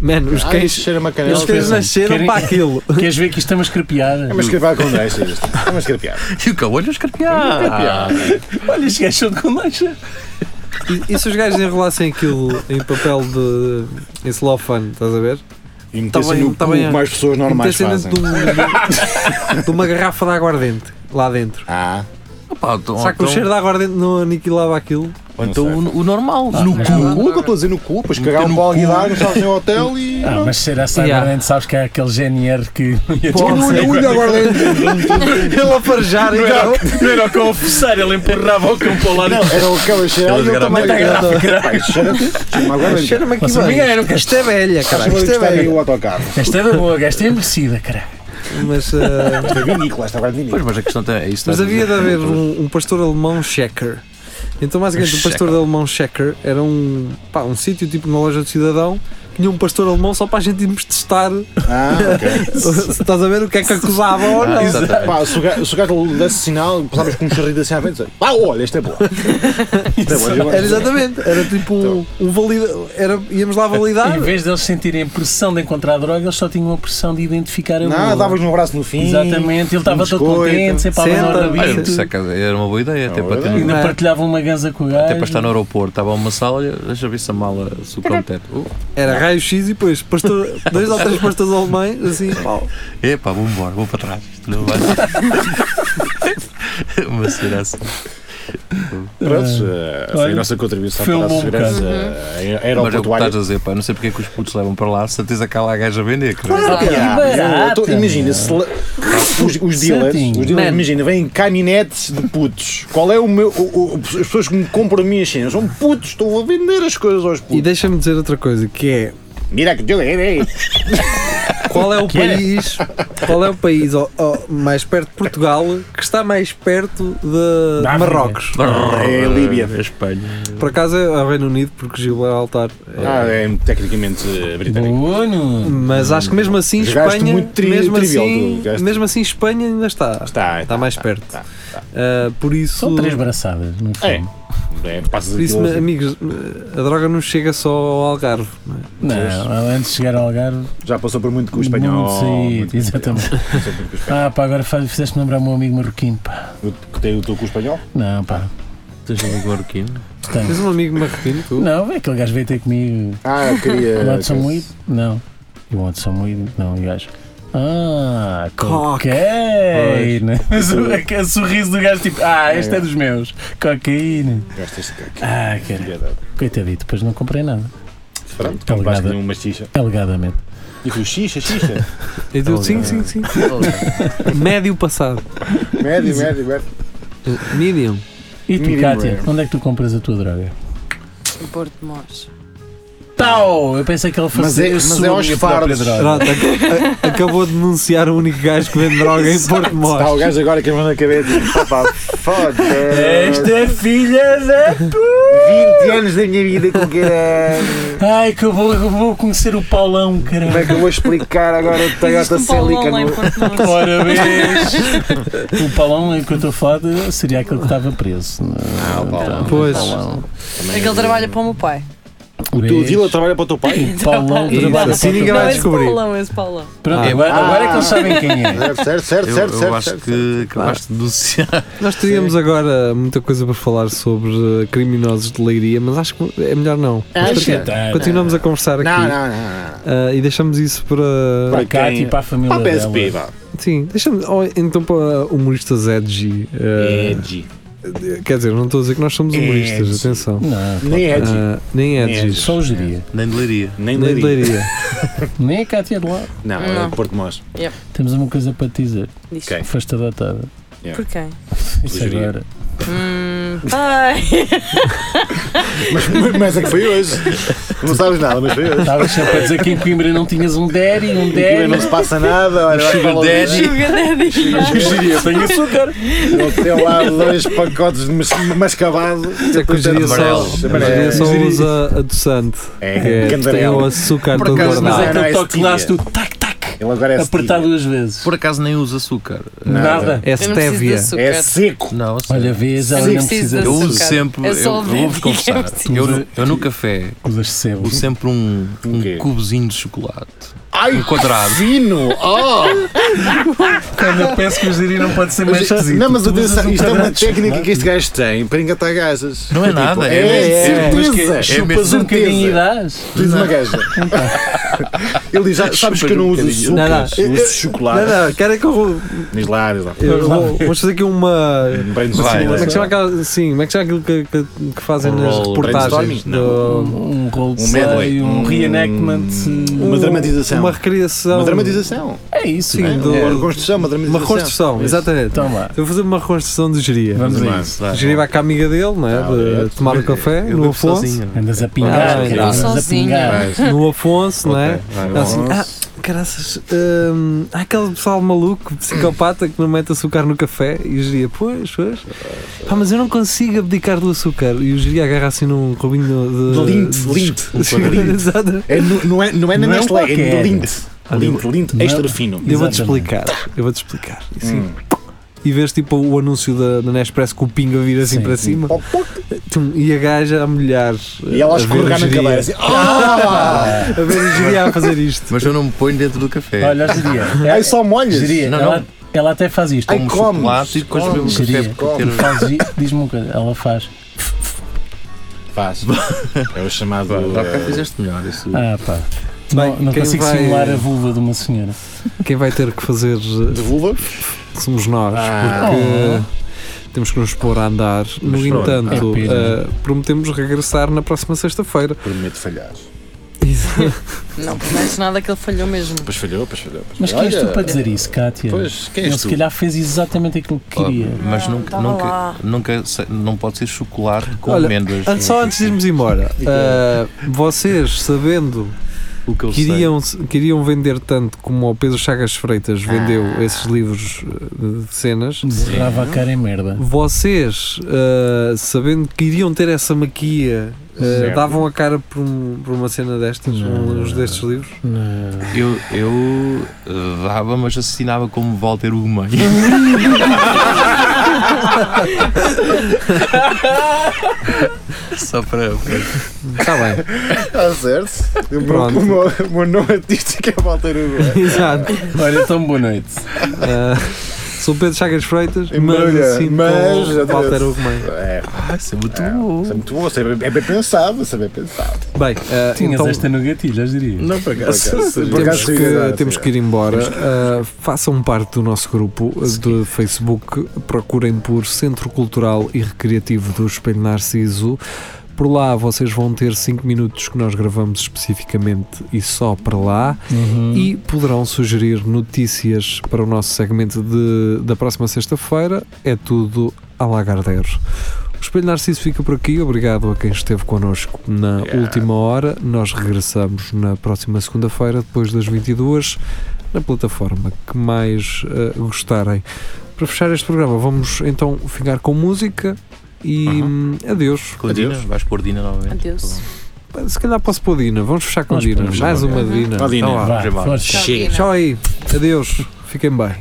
Mano, os
Ai,
cães.
cheira-me a canela.
Eles cães
pensam,
nasceram
querem-
para aquilo.
Queres ver que isto é uma escrapeada?
um- É uma escrapeada com deixa isto. É uma escrapeada.
E o cão, olha os É carpeados.
Olha, estes gajos são de Condeixa.
E, e se os gajos enrolassem aquilo em papel de. em celofane, estás a ver?
E
Tá bem,
metessem no
tá
cu
bem.
como as pessoas normais
Metessem
fazem.
dentro de, um- de uma garrafa de aguardente lá dentro.
Ah,
Opa, então-
Será que o
então-
cheiro de aguardente não aniquilava aquilo?
ou então o, o normal,
Ah,
no
mas-
cu.
No cu, que eu estou a dizer no cu, depois
Meter
cagaram
no
para alguém
cu.
lá, não sabes nem o hotel e.
Ah, mas será que
Yeah.
yeah. sabes que há aquele GNR que um
Olha agora
Ele a farejar e
não era o confessar, ele é empurrava o cão para o lado.
Não, era o que ela cheira
Elas
e eu também.
garantem
a garrafa,
Pá, tipo, isto Cheira-te. Cheira-me agora. Cheira-me
Cheira-me aqui
Vocês
bem.
enganaram, cara.
Isto é velha, cara. Isto é
agora. aí
velha.
o autocarro.
Esta é da boa, esta é envelhecida, caralho.
Mas, ah,
Isto é vinícola, esta agora é
Pois,
vinícola.
mas a questão é isso.
mas havia de haver um, um pastor alemão checker Então, basicamente, o
Checker.
pastor alemão Checker era um, pá, um sítio tipo uma loja do cidadão. que Tinha um pastor alemão só para a gente irmos testar
Ah, ok.
se estás a ver o que é que acusava ou não.
Ah, exatamente.
Pá, se o gajo- se o gajo desse sinal, passavas com um charrito assim à frente, dizia, pá, olha, este é bom. Este é bom, eu gosto.
Era exatamente, era tipo um, um valida, era, íamos lá validar.
Em vez de eles sentirem a pressão de encontrar droga, eles só tinham a pressão de identificar a
Não,
bula.
davas-lhe um abraço no fim.
Exatamente, ele estava
um
todo
biscoito.
contente, sempre a abandonar o
Senta.
Olha,
rabito.
isso é que era uma boa ideia, até
Não,
para,
é verdade.
ter, um no-
Ainda
Não é?
partilhava uma ganza com o gajo.
até para estar no aeroporto. Estava uma sala, olha, deixa eu ver se a mala se o contete. Uh,
Era raio-x e depois pastor, dois ou três pastores alemães, assim, pau.
epá, vou embora, vou para trás. Isto não vai. uma cena assim.
Pronto, eh, foi
Olha,
a nossa contribuição
foi
para
um
a
bom
segurança eh,
Mas é o que estás a
aeroportuária.
dizer, pá, não sei porque é que os putos levam para lá, certeza que há lá gajo a vender. caralho.
Ah,
que
yeah, eu tô-
barata,
Imagina, se le- os, os dealers,
Certinho.
os dealers imagina, vêm caminhonetes de putos. Qual é o meu. o- o- as pessoas que me compram a minha cena são putos, estou a vender as coisas aos
E
putos.
deixa-me dizer outra coisa, que é
Mira que dealer é.
qual é o país, qual é o país ó, ó, mais perto de Portugal que está mais perto de
Da África.
Marrocos?
É a Líbia.
É a Espanha.
Por acaso é o Reino Unido, porque Gibraltar é.
Ah, é tecnicamente eh, britânico.
Bono!
Mas acho que mesmo assim
Jogaste
Espanha,
muito tri-
mesmo,
trivial,
assim,
tu jogaste. tá,
mesmo assim Espanha ainda está.
Está,
Está mais perto.
está, está.
Ah, por isso,
São três braçadas, não foi?
É. É, passas
por isso
aquilo-
amigos, a droga não chega só ao Algarve. não é?
Não, antes de chegar ao Algarve,
Já passou por muito com o espanhol.
muito saído, exatamente.
Passou por muito com o espanhol.
Ah, pá, agora faz- fizeste-me lembrar o meu amigo marroquino, pá.
Eu tenho o teu com o espanhol?
Não, pá.
Tens um amigo marroquino?
Tenho.
Tens um amigo marroquino, tu?
Não, é aquele gajo veio ter comigo.
Ah, eu queria.
You want some weed? Não. You want some weed? Não, o gajo. Ah, cocaína. Mas é o aquele sorriso do gajo, tipo, ah, este é dos meus. Cocaína.
Gastas de caca.
Ah, cara. Coitadito, depois não comprei nada.
Pronto,
Tá
compraste
ligado.
uma xixa.
Alegadamente.
E tu, xixa, xixa.
E tu, sim, sim, sim. Médio passado.
Médio, médio, médio.
Medium.
E tu,
Medium
Kátia,
rare.
onde é que tu compras a tua droga?
Em Porto de Mós.
Tal! Eu pensei que ele
Mas é-
fazia. eu
mas
sou
é
a
aos
minha própria
fardos.
droga.
Pronto, ac- a- acabou de denunciar o único gajo que vende droga em Porto Mós.
Está o gajo agora que a mão na cabeça. Papá, foda
Esta é filha da puta!
20 anos da minha vida com que é.
Ai, que eu vou, eu vou conhecer o Paulão,
Como
caralho.
é que eu vou explicar agora o
Existe
Toyota
um Paulão lá
Celica
em
no.
Porto de Mós.
Ora vês! o Paulão em que eu estou a falar de- seria aquele que estava preso. não é?
Ah, o Paulão.
Pois.
Paulão.
Aquele trabalha para o meu pai.
O teu Dila trabalha para o teu pai?
O Paulão
Isso,
trabalha
assim
para o
ninguém
teu
vai
Não,
pai.
esse
descobrir.
Paulão, esse Paulão.
Pronto,
Ah.
agora, agora é que eles sabem quem é.
Certo, certo, certo,
Eu,
certo.
eu
certo,
acho
certo.
que acabaste de denunciar.
Nós teríamos agora muita coisa para falar sobre eh, criminosos de leiria, mas acho que é melhor não. Mas
Acha?
continu-
Tá,
Continuamos a conversar aqui
Não, não, não. não.
eh, e deixamos isso para.
Para cá, tipo, para a família
Para a PSP,
dela.
é, vá.
Sim, deixamos. ou então para humoristas Edgy. eh,
Edgy.
Quer dizer, não estou a dizer que nós somos humoristas,
Edgy.
atenção.
Não,
Nem Edgy.
Ah, nem
Nem
Edgy.
edgy.
só o geria.
Nem de leiria.
Nem
Nem de
Leiria.
leiria.
Nem a Cátia de lá.
Não, é
Não.
de Porto Mós.
Temos uma coisa para te dizer.
Diz.
Quem?
Foste adotada.
Por quem?
Isso
Geria.
agora.
Hum, pai.
Mas, mas é que foi hoje. Não sabes nada, mas foi hoje.
Estavas sempre a dizer que em Coimbra não tinhas um daddy, um
Aquilo
daddy.
não se passa nada. Olha, vai
Sugar
falar
Daddy.
Sugar Daddy.
Eu tenho açúcar.
Ele tem lá dois pacotes de mas- mascavado.
Isso é que o geria só,
Amarelo.
o geria só usa adoçante. que
É,
é, tem o
cantarela.
açúcar
Por
todo
acaso,
Mas é
guardado.
não,
aquele
é
toque de
stevia.
laço, tu tac, tac.
Ele agora é
Apertar
stevia.
duas vezes.
Por acaso nem uso açúcar.
Nada.
É
Eu não preciso de
stevia.
açúcar.
É seco.
Não, assim,
Olha, vês, ela
Sim,
não
preciso
precisa
de
de
eu uso
açúcar.
sempre.
É
Eu,
só
eu
ver
vou-vos
o que é
confessar.
preciso.
Eu, no- eu no café
Usas sebo.
uso sempre um,
O quê?
um cubozinho de chocolate.
Ai,
Um quadrado.
fino! Oh!
Quando eu penso que o gerir não pode ser mais esquisito.
Não, mas
Tu usas
atenção,
um
isto é uma
quadrado de
técnica
chocolate.
que este gajo tem para engatar gajas.
Não é
Tipo,
nada, é,
é,
é,
Mas que
certeza.
é,
mesmo
chupas um
certeza.
bocadinho e dás.
Diz uma gaja. Ele diz: "Ah, Sabes que eu não uso
Não,
não.
açúcares, uso
Não,
chocolate.
não, querem que eu.
Diz lá, diz lá. Um
eu vou- Vamos fazer aqui uma.
Brain
Vai,
Como é que
simulator.
chama aquela. Sim, como é que chama aquilo que, que- que fazem
Um
nas
roll,
reportagens?
brainstorming? Não.
do-
Um rolo de
Um medley.
saio, um
Um-
reenactment.
Uma
Um-
dramatização.
Uma recriação.
Uma dramatização.
É isso,
Sim,
né?
do-
Uma reconstrução,
Uma
uma dramatização.
reconstrução, exatamente.
Então lá.
Eu vou fazer uma reconstrução de geria.
Vamos
lá.
a isso.
O geria vai com a amiga dele, não é?
Ah,
De
é.
tomar o café no
Eu bebo
Afonso.
sozinho.
Andas a pingar,
Ah,
cara, andas a
sozinha.
pingar.
Vai,
No Afonso, não é?
vai,
Assim,
vai.
ah, Caraças, hum, há aquele pessoal maluco, psicopata, que não mete açúcar no café e o geria, pois, pois. Pá, mas eu não consigo abdicar do açúcar. E o geria agarra assim num robinho de.
De Um linte, linte. Linte.
Exato.
É, não, não é, não é na
Não é um
Nestlé, é
qualquer.
no Lint. Lint, Lint,
Não.
extra fino.
Eu vou-te
Exatamente.
explicar. Eu vou-te explicar. E, assim,
Hum.
e vês tipo o anúncio da, da Nespresso com o pingo a vir assim
Sim.
para cima.
Pop, pop.
Tum, E a gaja a molhar. eh,
E ela a
a ver o
escorregar na
geria.
cadeira assim. Ah!
A ver o geria a fazer isto.
Mas eu não me ponho dentro do café.
Olha, geria.
Aí só molhas.
Geria,
Não,
ela,
não.
ela até faz isto.
Ai,
Como
comes,
chocolate e depois bebo um
comes,
café
geria,
para ter-
Faz gi- Diz-me uma coisa, ela faz.
Faz. É o chamado.
Dá cá
eh,
fizeste melhor isso.
Ah, pá.
Bem,
não não
quem
consigo
vai-
simular a vulva de uma senhora.
Quem vai ter que fazer eh,
de vulva.
somos nós,
Ah. Oh.
porque temos que nos pôr a andar. No
Mas pronto, né?
entanto,
é pena.
eh, prometemos regressar na próxima sexta-feira.
Prometo falhar. É
Não prometes nada que ele falhou mesmo.
Pois falhou, pois falhou. pois
Mas quem
falhou.
és tu
Olha,
para dizer isso, Kátia?
Pois, quem
Ele
és
se
tu?
calhar fez exatamente aquilo que queria.
Mas
Não,
nunca,
tava lá.
nunca, nunca se- não pode ser chocolate com
Olha,
amêndoas.
Antes- Só antes de irmos embora, eh, vocês sabendo
o que eu sei.
queriam, queriam vender tanto como o Pedro Chagas Freitas vendeu
Ah.
esses livros eh, de cenas,
Desgrava a cara em merda.
vocês eh, sabendo que iriam ter essa maquia, eh,
Certo.
davam a cara por, um- por uma cena destas, uns destes livros?
Eu, eu eh, dava, mas assassinava como Walter Ugman. Só para.
Está bem.
Está Ah, certo. O meu,
Pronto.
o meu, o meu nome artístico é Walter Hugo.
Exato.
Olha, tão boa noite.
Ah, sou Pedro Chagas Freitas, mas
Embrulha,
assim
mas-
mas, com Walter Ugman.
É,
Ah, isso é muito bom.
isso é muito bom, isso é bem, é bem pensado, isso é bem pensado.
Bem, ah,
Tinhas
então
esta no gatilho, eu diria.
Não, por acaso. Por
temos,
acaso sim,
que,
verdade,
temos que ir embora. Ah, façam parte do nosso grupo ah, de Facebook. Procurem por Centro Cultural e Recreativo do Espelho Narciso. Por lá vocês vão ter 5 minutos que nós gravamos especificamente e só para lá.
Uhum.
e poderão sugerir notícias para o nosso segmento de- da próxima sexta-feira. É tudo a Lagardeiros. O Espelho Narciso fica por aqui. Obrigado a quem esteve connosco na última hora. Nós regressamos na próxima segunda-feira, depois das 22, na plataforma que mais eh, gostarem. Para fechar este programa, vamos então ficar com música e hum, adeus.
Com a Dina,
Adeus.
vais pôr Dina novamente.
Adeus.
Se calhar posso pôr Dina. Vamos fechar com
Nós
Dina.
podemos
Mais uma
embora.
Dina.
Uma Dina.
Então
Vá.
vá,
Vá,
já vá.
força.
Chega.
Tchau aí. Adeus. Fiquem bem.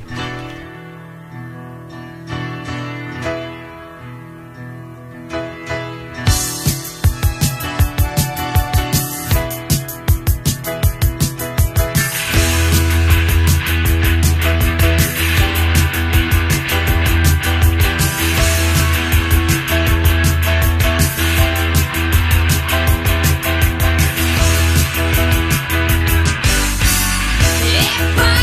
É pá,